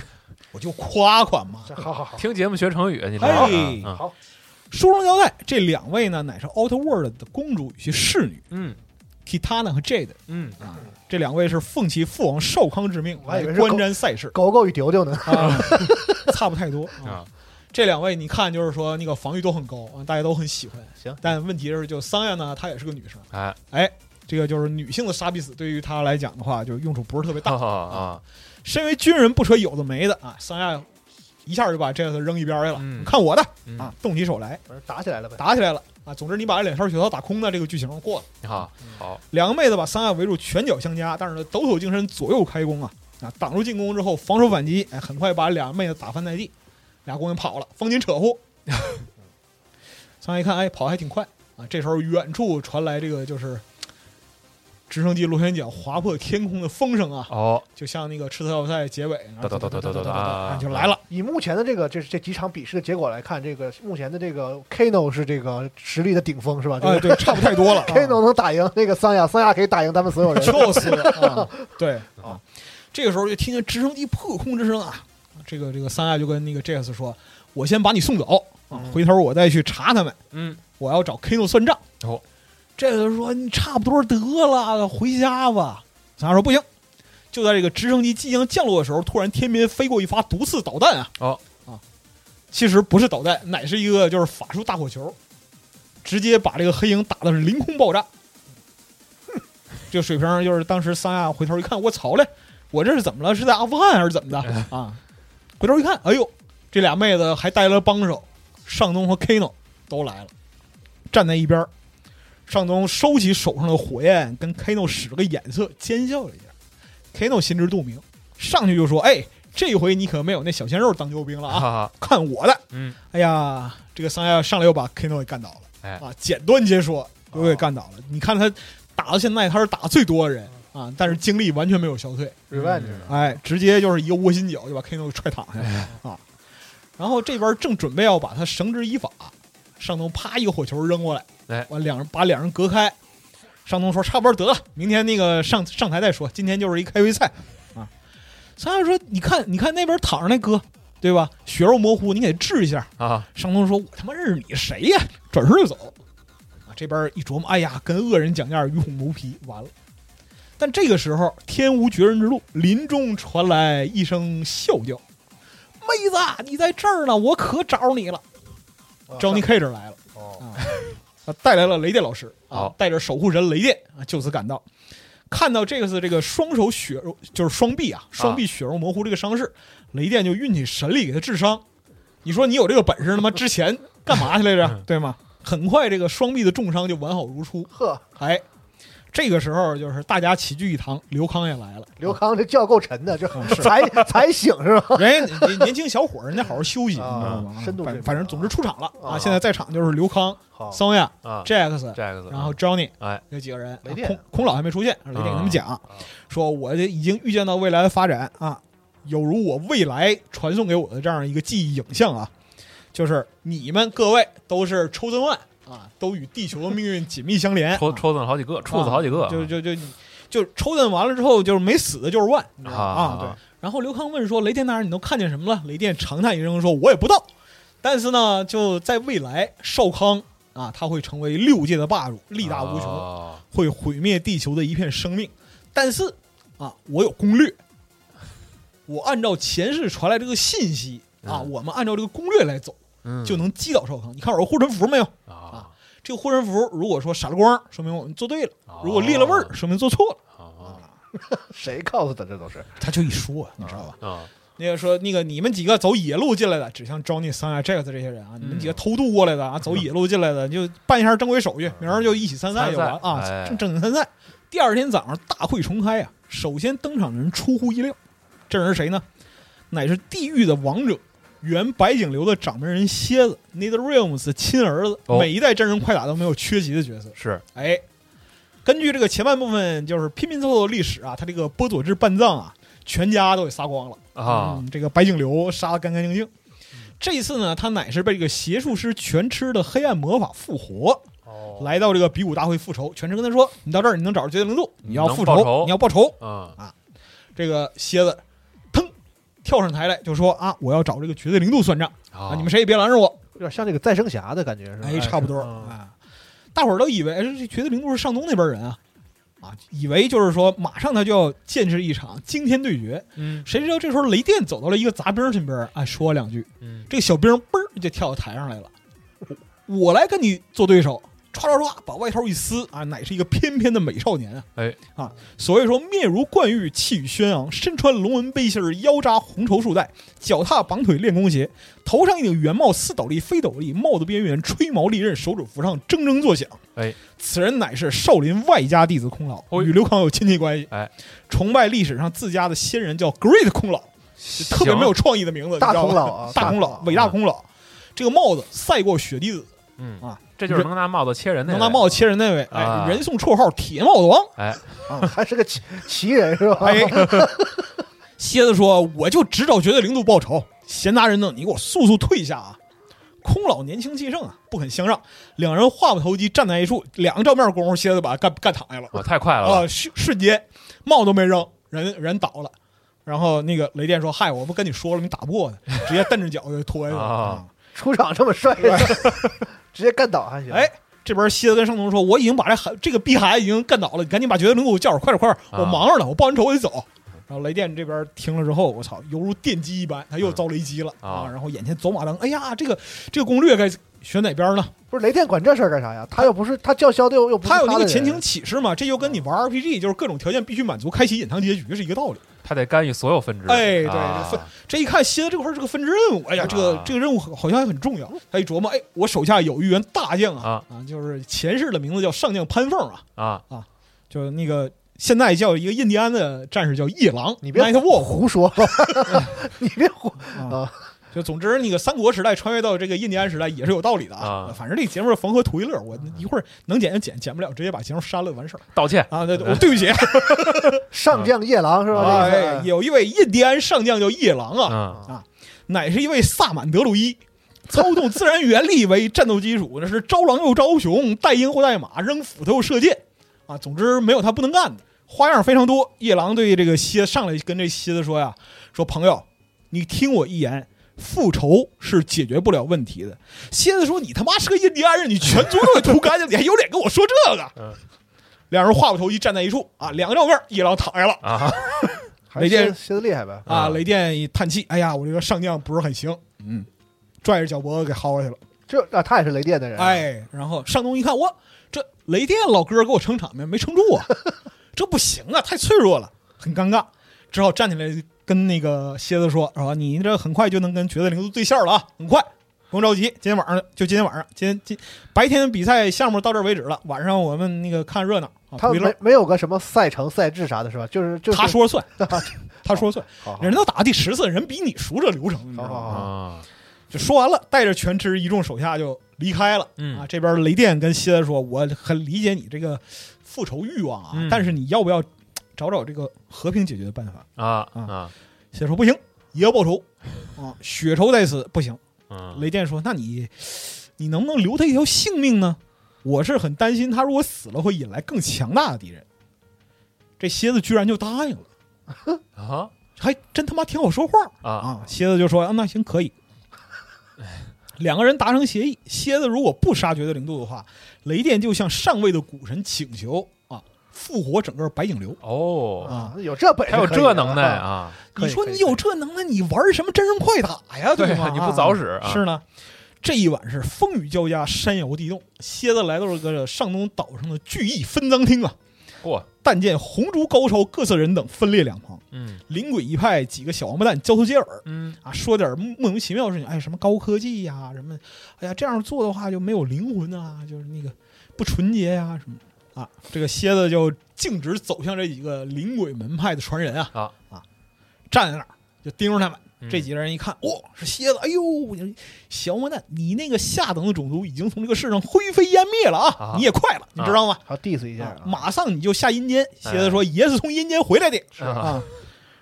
我就夸夸嘛。
这好好好，
听节目学成语，你知道
哎
吗？嗯
好，
书中交代，这两位呢，乃是 Outer World 的公主与其侍女
嗯
Kitana 和 Jade
嗯
啊，这两位是奉其父王少康之命
我还
来
以为是
观瞻 赛事
狗狗与丢丢呢，
啊， 差不太多
嗯
啊
啊。，
这两位你看，就是说那个防御都很高啊，大家都很喜欢。
行
但问题是，就桑亚呢，她也是个女生，
哎，
哎，这个就是女性的杀必死，对于她来讲的话，就用处不是特别大。
啊 啊，
身为军人，不扯有的没的啊，桑亚一下就把这个扔一边儿去了，
嗯
看我的
嗯
啊，，动起手来，
反正打起来了呗，
打起来了啊。总之，你把这两条血槽打空的这个剧情过了。
好，好，
两个妹子把桑亚围住，拳脚相加，但是呢，抖擞精神，左右开弓啊啊，挡住进攻之后，防守反击，哎，很快把俩妹子打翻在地，俩姑娘跑了，风紧扯 呼。桑亚一看，哎，跑得还挺快啊。这时候远处传来这个就是直升机螺旋桨划破天空的风声啊，
哦，
就像那个赤色要塞结尾，然后
哒哒哒哒哒哒哒
啊就来了。
以目前的这个这这几场比试的结果来看，这个目前的这个 Kano 是这个实力的顶峰是吧？这
哎，
个
对，差不太 多了。啊
Kano 能打赢那个桑亚，桑亚可以打赢他们所有人。
就是啊，对啊，这个时候就听见直升机破空之声啊，这个这个三亚就跟那个 Jax 说：“我先把你送走啊，回头我再去查他们，
嗯，
我要找 Kano 算账。”
哦，
这个说：“你差不多得了，回家吧。”三亚说：“不行。”就在这个直升机即将降落的时候，突然天边飞过一发毒刺导弹啊！
哦
啊，其实不是导弹，乃是一个就是法术大火球，直接把这个黑鹰打的是凌空爆炸。这个水平儿就是当时桑亚回头一看，我操嘞，我这是怎么了？是在阿富汗还是怎么的啊？回头一看，哎呦，这俩妹子还带了帮手，上东和 Kano 都来了，站在一边儿。上东收起手上的火焰，跟 Kano 使了个眼色，奸笑了一下。Kano 心知肚明，上去就说：“哎，这回你可没有那小鲜肉当救兵了
哈
啊！
哈，
看我的！”
嗯，
哎呀，这个桑亚上来又把 Kano 给干倒了，
哎哦
啊，简短截说又给干倒了。你看他打到现在，他是打最多的人
哦
啊，但是精力完全没有消退，
Revenge，
哎，直接就是一个窝心脚就把 Kano 给踹躺下了啊。然后这边正准备要把他绳之以法，上东啪一个火球扔过来，
哎
完两人把两人隔开。上东说：“差不多得了，明天那个上上台再说，今天就是一开胃菜啊。”桑亚说：“你看，你看那边躺着那哥，对吧？血肉模糊，你给治一下。”
啊，
上东说：“我他妈认识你谁呀？”转身就走。啊，这边一琢磨，哎呀，跟恶人讲价，与虎谋皮，完了。但这个时候，天无绝人之路，林中传来一声笑叫：“妹子，啊你在这儿呢，我可找你了。”Johnny Cage 来了，
啊哦，
啊，带来了雷电老师啊
好，
带着守护神雷电啊，就此赶到。看到这个是这个双手血肉，就是双臂啊，双臂血肉模糊这个伤势，雷电就运起神力给他治伤。你说你有这个本事，他妈之前干嘛去来着？对吗？很快这个双臂的重伤就完好如初。
呵，
哎，这个时候就是大家齐聚一堂，刘康也 来了。
刘康这觉够沉的，这
嗯是
才才醒是吧？
人家年年轻小伙儿，人家好好休息，你知
啊
道吗？
深度
反
这
反正总之出场了
啊
啊！现在在场就是刘康、
好，
桑亚、
啊
Jax，
，Jax，
然后 Johnny，
哎，
那几个人，
雷
啊
电
孔孔老还没出现，雷电跟他们讲啊说，我这已经预见到未来的发展啊，有如我未来传送给我的这样一个记忆影像啊，就是你们各位都是 chosen one 啊，都与地球的命运紧密相连，
抽
啊
抽了好几个，处子好几个，
就就就就抽阵完了之后，就是没死的就是万你知道吗
啊
啊，对。然后刘康问说：“雷电大人，你都看见什么了？”雷电长叹一声说：“我也不知道，但是呢，就在未来，少康啊，他会成为六界的霸主，力大无穷，
哦
会毁灭地球的一片生命。但是啊，我有攻略，我按照前世传来这个信息啊，
嗯
我们按照这个攻略来走，
嗯
就能击倒少康。你看我这护身符没有？
啊
这个护身符如果说闪了光，说明我们做对了；
哦
如果裂了味儿，说明做错了。”
啊
谁告诉他这都是？
他就一说，你知道吧？
啊
那个说那个你们几个走野路进来的，指向 Johnny、Sun 啊、Jack 这些人啊，你们几个偷渡过来的啊，走野路进来的，就办一下正规手续，明儿就一起参赛就完
参赛
啊，
哎
正正经参赛。第二天早上大会重开啊，首先登场的人出乎意料，这人是谁呢？乃是地狱的王者，原白景流的掌门人蝎子 Netherrealms 的亲儿子，
哦
每一代真人快打都没有缺席的角色。
是
哎，根据这个前半部分就是拼拼凑凑的历史啊，他这个波佐治半藏啊，全家都给杀光了
啊嗯
嗯这个白景流杀得干干净净。这一次呢，他乃是被这个邪术师全痴的黑暗魔法复活，
哦
来到这个比武大会复仇。全痴跟他说：“你到这儿，你能找着绝对零度，你要复仇，
嗯能报仇
你要报仇。
嗯”
这个蝎子腾跳上台来就说：“啊，我要找这个绝对零度算账啊！
啊
你们谁也别拦着我！”
有点像那个再生侠的感觉是吧？
哎，差不多
是嗯
啊。大伙儿都以为哎这绝对零度是上东那边人啊，啊，以为就是说马上他就要见识一场惊天对决。
嗯
谁知道这时候雷电走到了一个杂兵身边，哎，说了两句，
嗯
这个小兵嘣儿就跳到台上来了，我来跟你做对手。唰唰唰，把外套一撕啊，乃是一个翩翩的美少年啊！
哎
啊，所谓说面如冠玉，气宇轩昂，身穿龙纹背心儿，腰扎红绸束带，脚踏绑腿练功鞋，头上一顶圆帽似斗笠非斗笠，帽子边缘吹毛利刃，手指扶上铮铮作响。
哎，
此人乃是少林外家弟子空老，
哦
与刘康有亲戚关系。
哎，
崇拜历史上自家的先人叫 Great 空老，就特别
行
没有创意的名字，
大
你知道
孔
吗
老啊，
大
孔
孔老，伟大孔老，这个帽子赛过雪滴子，
嗯
啊，
这就是能拿帽子切人的
能
人，
拿帽子切人那位，
啊
哎，人送绰号铁帽子王。
哎
老还是个奇奇人是吧？
哎，蝎子说：“我就只找绝对零度报仇，闲杂人等，你给我速速退下啊！”空老年轻气盛啊，不肯相让，两人话不投机，站在一处，两个照面功夫，蝎子把他干干躺下了
哦我太快了吧
啊，瞬瞬间帽都没扔，人人倒了。然后那个雷电说：“嗨，我不跟你说了，你打不过呢，直接蹬着脚就拖下去了。
啊
出场这么帅，直接干倒还行。
哎，这边蝎子跟上童说：“我已经把这孩这个逼孩子已经干倒了，你赶紧把绝对灵骨叫上，快点快点，我
啊嗯
忙着呢，我报完仇我得走。”然后雷电这边听了之后，我操，犹如电击一般，他又遭雷击了、
啊
啊！然后眼前走马灯，哎呀，这个这个攻略该选哪边呢？
不是雷电管这事儿干啥呀？他又不是他叫嚣的又又不是
他有那
的
个
人
前情启示嘛，这就跟你玩 RPG，就是各种条件必须满足，开启隐藏结局是一个道理。
他得干预所有分支，
哎对
啊
这分这一看，蝎子这块是个分支任务，哎呀，这个
啊
这个任务好像很重要。他一琢磨，哎，我手下有一员大将啊啊，就是前世的名字叫上将潘凤啊，
啊，
就是那个现在叫一个印第安的战士叫夜郎，
你别
Night Wolf，
胡说，你别胡
啊 就总之那个三国时代穿越到这个印第安时代也是有道理的
啊
反正这节目是缝合图一乐，我一会儿能剪就剪，剪不了直接把节目删了完事儿
道歉
啊。对，对我对不 起
上将夜郎是吧？
啊，
这个
哎有一位印第安上将叫夜郎啊，
嗯
乃是一位萨满德鲁伊。操纵自然原力为战斗基础，那是招狼又招熊，带鹰或带马，扔斧头又射箭，啊，总之没有他不能干的，花样非常多。夜郎对这个蝎上来跟这蝎子说呀，说朋友，你听我一言，复仇是解决不了问题的。蝎子说你他妈是个印第安人，你全族都给涂干净，你还有脸跟我说这个？
嗯
两人话不投机站在一处啊，两个照面，夜郎躺下了。
啊，
还是
雷电
蝎子蝎子厉害呗？
啊，
啊
雷电一叹气，哎呀，我这个上将不是很行，嗯，拽着脚脖子给薅下去了。
这啊，他也是雷电的人。，
哎，然后上东一看，我这雷电老哥给我撑场面没撑住啊， 这不行啊，太脆弱了，很尴尬，只好站起来跟那个蝎子说，说你这很快就能跟绝对零度对线了啊，很快。不用着急，今天晚上就今天晚上，今天今白天比赛项目到这儿为止了，晚上我们那个看热闹啊，
他
不一乐
没。没有个什么赛程、赛制啥的，是吧？就是就是
他说 了算，他说了算，
好，好
人都打到第十次，人比你熟这流程，你知道
好好
吗？
好
啊，
就说完了，带着全知一众手下就离开了。啊，
嗯，
这边雷电跟希恩说：“我很理解你这个复仇欲望啊，
嗯
但是你要不要找找这个和平解决的办法
啊啊，？”
希恩说：“不行，也要报仇啊，血仇在此，不行。”
嗯，
雷电说：“那你你能不能留他一条性命呢？我是很担心他如果死了会引来更强大的敌人。”这蝎子居然就答应了，
啊
还真他妈挺好说话
啊，
啊！蝎子就说：“啊，那行 可以。”两个人达成协议，蝎子如果不杀绝对零度的话，雷电就向上位的古神请求啊，复活整个白颈流。
哦，
啊，有这本事，
还有这能耐！啊，
可以
你说
可以
你
可
有
以
这能耐，你玩什么真人快打呀？
对
吗？
啊，你不早使啊，
是呢，这一晚是风雨交加，山摇地动。蝎子来到了个上东岛上的聚义分赃厅啊，
嚯，
但见红烛高超，各色人等分裂两旁，
嗯
灵鬼一派几个小王八蛋交头接耳
嗯
啊，说点莫名其妙的事情，哎，什么高科技呀、什么，哎呀，这样做的话就没有灵魂啊，就是那个不纯洁呀、什么的啊。这个蝎子就径直走向这几个灵鬼门派的传人啊
啊
站在那儿就盯着他们。
嗯
这几个人一看，哇、是蝎子！哎呦，小王八蛋，你那个下等的种族已经从这个世上灰飞烟灭了啊！
啊
你也快了，你知道吗？
好 diss 一下
啊
啊，
马上你就下阴间。蝎子说：“爷是从阴间回来的。
是啊
啊，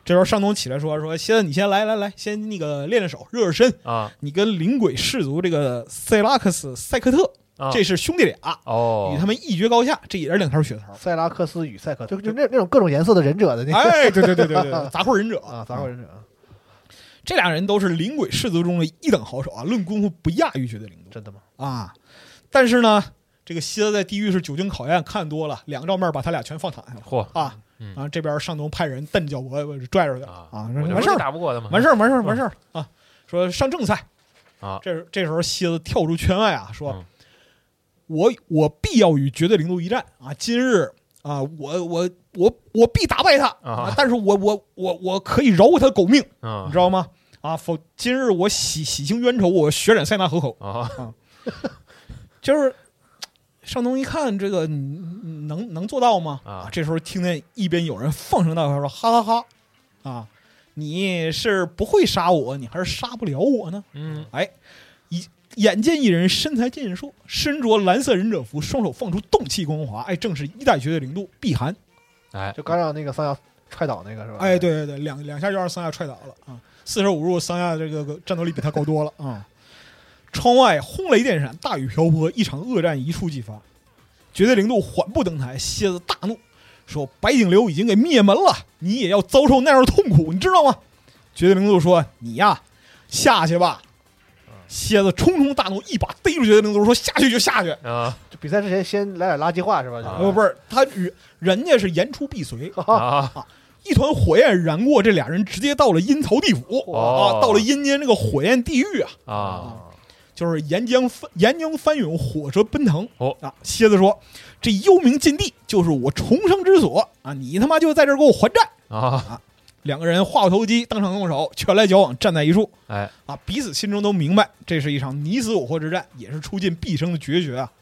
这边上东起来说：“说蝎子，你先来来来，先那个练练手，热热身。
啊
你跟灵鬼氏族这个塞拉克斯塞克特，
啊，
这是兄弟俩，
哦
与，他们一决高下。这也是两条血 槽。
塞拉克斯与赛克，就就那那种各种颜色的忍者的那个
哎，对对对对对，杂烩忍者
啊，杂烩忍者啊，
这俩人都是灵鬼氏族中的一等好手啊，论功夫不亚于绝对领度。
真的吗？
啊。但是呢，这个蝎子在地狱是久经考验，看多了，两个照面把他俩全放躺下了
嚯
啊！
嗯
然后这边上东派人蹬脚脖子拽出去了
啊
啊，
我就
完事
说
儿了，
你打不过他们，
完
事
事儿，完事儿，完事儿了啊！说上正赛
啊
这这时候蝎子跳出圈外啊，说
嗯
我我必要与绝对零度一战啊！今日啊，我我我我必打败他
啊
但是我我我我可以饶过他的狗命，
嗯
你知道吗？啊，否，今日我洗洗清冤仇，我血染塞纳河口。
啊
就是上东一看这个嗯能能做到吗？
啊
这时候听见一边有人放声大笑说：“哈哈哈！啊，你是不会杀我，你还是杀不了我呢
嗯？”
眼见一人身材健硕，身着蓝色忍者服，双手放出动气光华，哎，正是一代绝对零度碧寒。
哎
就刚让那个桑亚踹倒那个是吧？
哎，，对对对，两两下就让桑亚踹倒了啊！四舍五入，桑亚这个个战斗力比他高多了啊！窗外轰雷电闪，大雨瓢泼，一场恶战一触即发。绝对零度缓步登台，蝎子大怒说：“白景流已经给灭门了，你也要遭受那样的痛苦，你知道吗？”绝对零度说：“你呀，下去吧。”蝎子冲冲大怒，一把逮住绝对零度说：“下去就下去。”呃
啊
就比赛之前先来点垃圾话是吧？就
啊
哦不不是，他与人家是言出必随，
啊
一团火焰燃过，这俩人直接到了阴曹地府、啊，
哦
到了阴间这个火焰地狱啊，
啊，
就是岩浆翻岩浆翻涌，火舌奔腾。
哦
啊，蝎子说：“这幽冥禁地就是我重生之所啊！你他妈就在这儿给我还债！”
啊，
两个人话不投机，当场动手，拳来脚往，站在一处
哎，
啊，彼此心中都明白，这是一场你死我活之战，也是出尽毕生的决绝啊！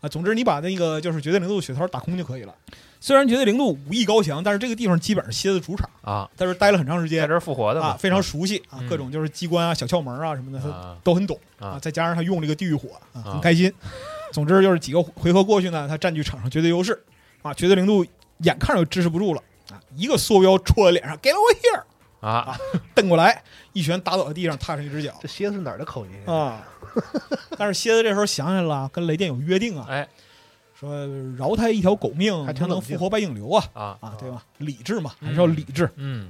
啊，总之你把那个就是绝对零度的血槽打空就可以了。虽然绝对零度武艺高强，但是这个地方基本上蝎子主场，
啊，
在这儿待了很长时间
在，这儿复活的嘛
啊，非常熟悉啊
嗯，
各种就是机关啊、小窍门啊什么的，他
啊
都很懂啊。
啊
再加上他用这个地狱火啊，
啊
很开心。总之就是几个回合过去呢，他占据场上绝对优势啊，绝对零度眼看着就支持不住了啊，一个缩腰戳在脸上，Get over here，
啊
蹬过来，一拳打倒在地上，踏上一只脚
这蝎子是哪儿的口音？
啊。但是蝎子这时候想起来了，跟雷电有约定啊，
哎
说饶他一条狗命，
还
他
挺冷
能
静
复活白影流啊
啊，
啊，对吧？理智嘛，还是要理智。
嗯，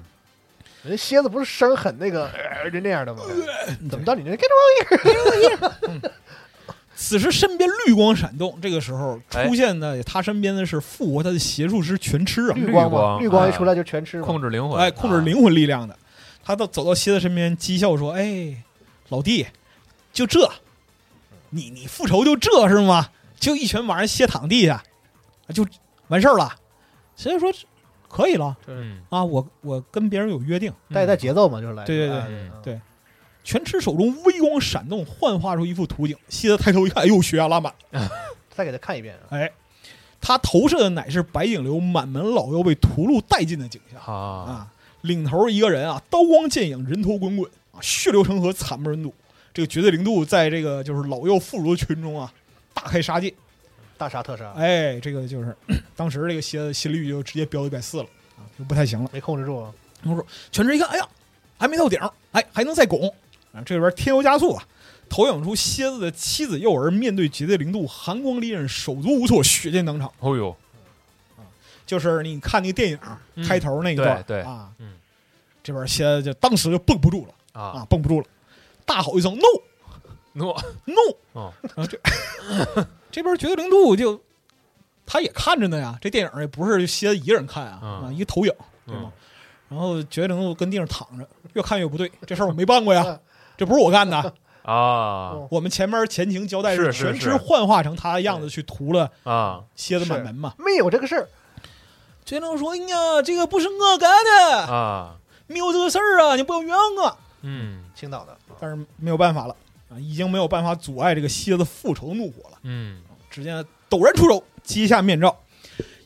人家蝎子不是声很那个呃就那样的吗？嗯怎么到你这 get
此时身边绿光闪动，这个时候出现在他身边的是复活他的邪术师全吃啊，
绿
光
光吗？
啊
绿光一出来就全吃嘛
控制灵魂，啊
哎，控制灵魂力量的。他到走到蝎子身边，讥笑说：“哎，老弟，就这，你你复仇就这是吗？就一拳把人蝎躺地下，就完事儿了。”蝎子说：“可以了
魂，嗯，
啊，我我跟别人有约定。
带带节奏嘛，就是来
对对对
哎
嗯
对全池手中微光闪动，幻化出一幅图景。西德抬头一看，哎呦，血压拉满。
再给他看一遍啊，
哎，他投射的乃是白影流满门老妖被屠戮殆尽的景象
啊，
啊！领头一个人啊，刀光剑影，人头滚滚啊，血流成河，惨不忍睹。这个绝对零度在这个就是老幼妇孺群中啊，大开杀戒。
大杀特杀，
哎，这个就是 当时这个邪心率就直接飙一百四了啊，就不太行了。
没控制住啊，
全职一看，哎呀，还没到顶儿，哎，还能再拱啊！这边添油加醋啊，投影出蝎子的妻子幼儿面对绝对零度，寒光利刃，手足无措，血溅当场。
哦呦，
就是你看那个电影儿
嗯
开头那一段儿，
对对
啊，
嗯
这边蝎子就当时就蹦不住了
啊，
啊，蹦不住了，大吼一声 “no
诺
no”，
哦
然后这 这边绝对零度就他也看着呢呀，这电影儿也不是蝎子一个人看啊，
嗯
啊一个投影对吗？然后绝对零度跟地上躺着，越看越不对，这事儿我没办过呀
嗯，
这不是我干的，
啊
哦
我们前面前情交代
是是
全
是
池幻化成他的样子去屠了
啊，
蝎子满
是
门嘛。
没有这个事儿，
绝对零度说：“哎呀，这个不是我干的。”
啊，
没有这个事儿啊，你不要冤枉啊！
嗯
青岛的啊
但是没有办法了啊，已经没有办法阻碍这个蝎子复仇的怒火了。
嗯，
只见他陡然出手，揭下面罩，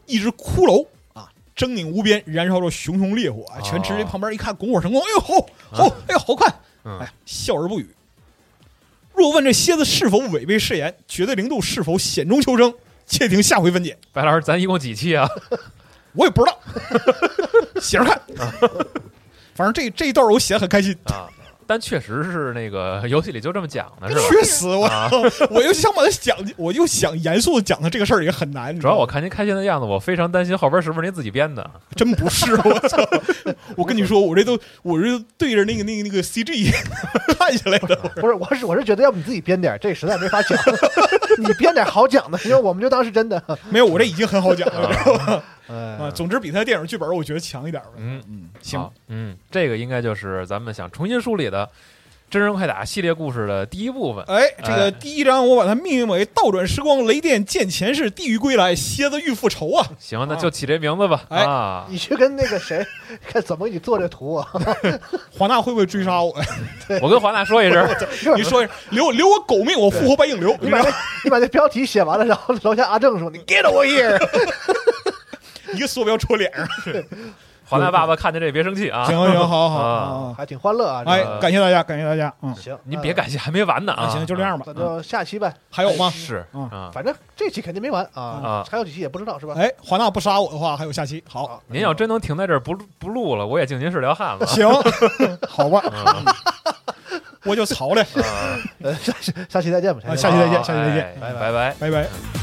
一只骷髅啊，狰狞无边，燃烧着熊熊烈火。啊
哦啊
全池这旁边一看，拱火成功，哎呦吼吼，哎呦好看，
嗯
哎，笑而不语。若问这蝎子是否违背誓言，绝对零度是否险中求生，且听下回分解。
白老师，咱一共几期啊？
我也不知道， 写着看。反正这这一段我写的很开心，
啊，但确实是那个游戏里就这么讲的，是吧？
确实，我
啊
我又想把它讲，我又想严肃的讲它这个事儿也很难。你知
主要
道吗
我看您开心的样子，我非常担心后边是不是您自己编的。
真不是，我操！我跟你说，我这都我这都对着那个那个那个 CG 看下来的。
不是，我是我是觉得，要不你自己编点儿，这实在没法讲， 你编点儿好讲的，因为我们就当是真的。啊
没有，我这已经很好讲了知道吧 啊。
哎，
总之比他电影剧本我觉得强一点吧。
嗯
嗯，行
好，嗯，这个应该就是咱们想重新梳理的《真人快打》系列故事的第一部分。
哎，这
哎
个第一章我把它命名为“倒转时光，雷电见前世，地狱归来，蝎子欲复仇”啊。
行，那就起这名字吧。
哎
啊，
你去跟那个谁， 看怎么给你做这图啊？
华纳会不会追杀我？
我跟华纳说一声。
你说留留我狗命，我复活白影流。
你把那你把那标题写完了，然后楼下阿正说：“你 get over here。
一个缩标戳脸上。
华纳爸爸看见这别生气啊
行！行，好好好
啊
好”。
还挺欢乐啊。
哎
这，
感谢大家，感谢大家。嗯
个，行，
您
那
别，感谢，还没完呢啊！
那行，就这样吧
那。
嗯
就下期呗。
还有吗？
是
嗯
啊，
反正这期肯定没完
啊
啊，还有几期也不知道是吧？
哎，华纳不杀我的话，还有下期。好，
好，
您要真能停在这儿不录不录了，我也进您是撩汉了。
行，好吧，
嗯
我就槽了，
啊
呃，下期下期再见吧，
啊下期再见
好
下期再见
拜
哎
拜
拜拜。
拜拜。
见。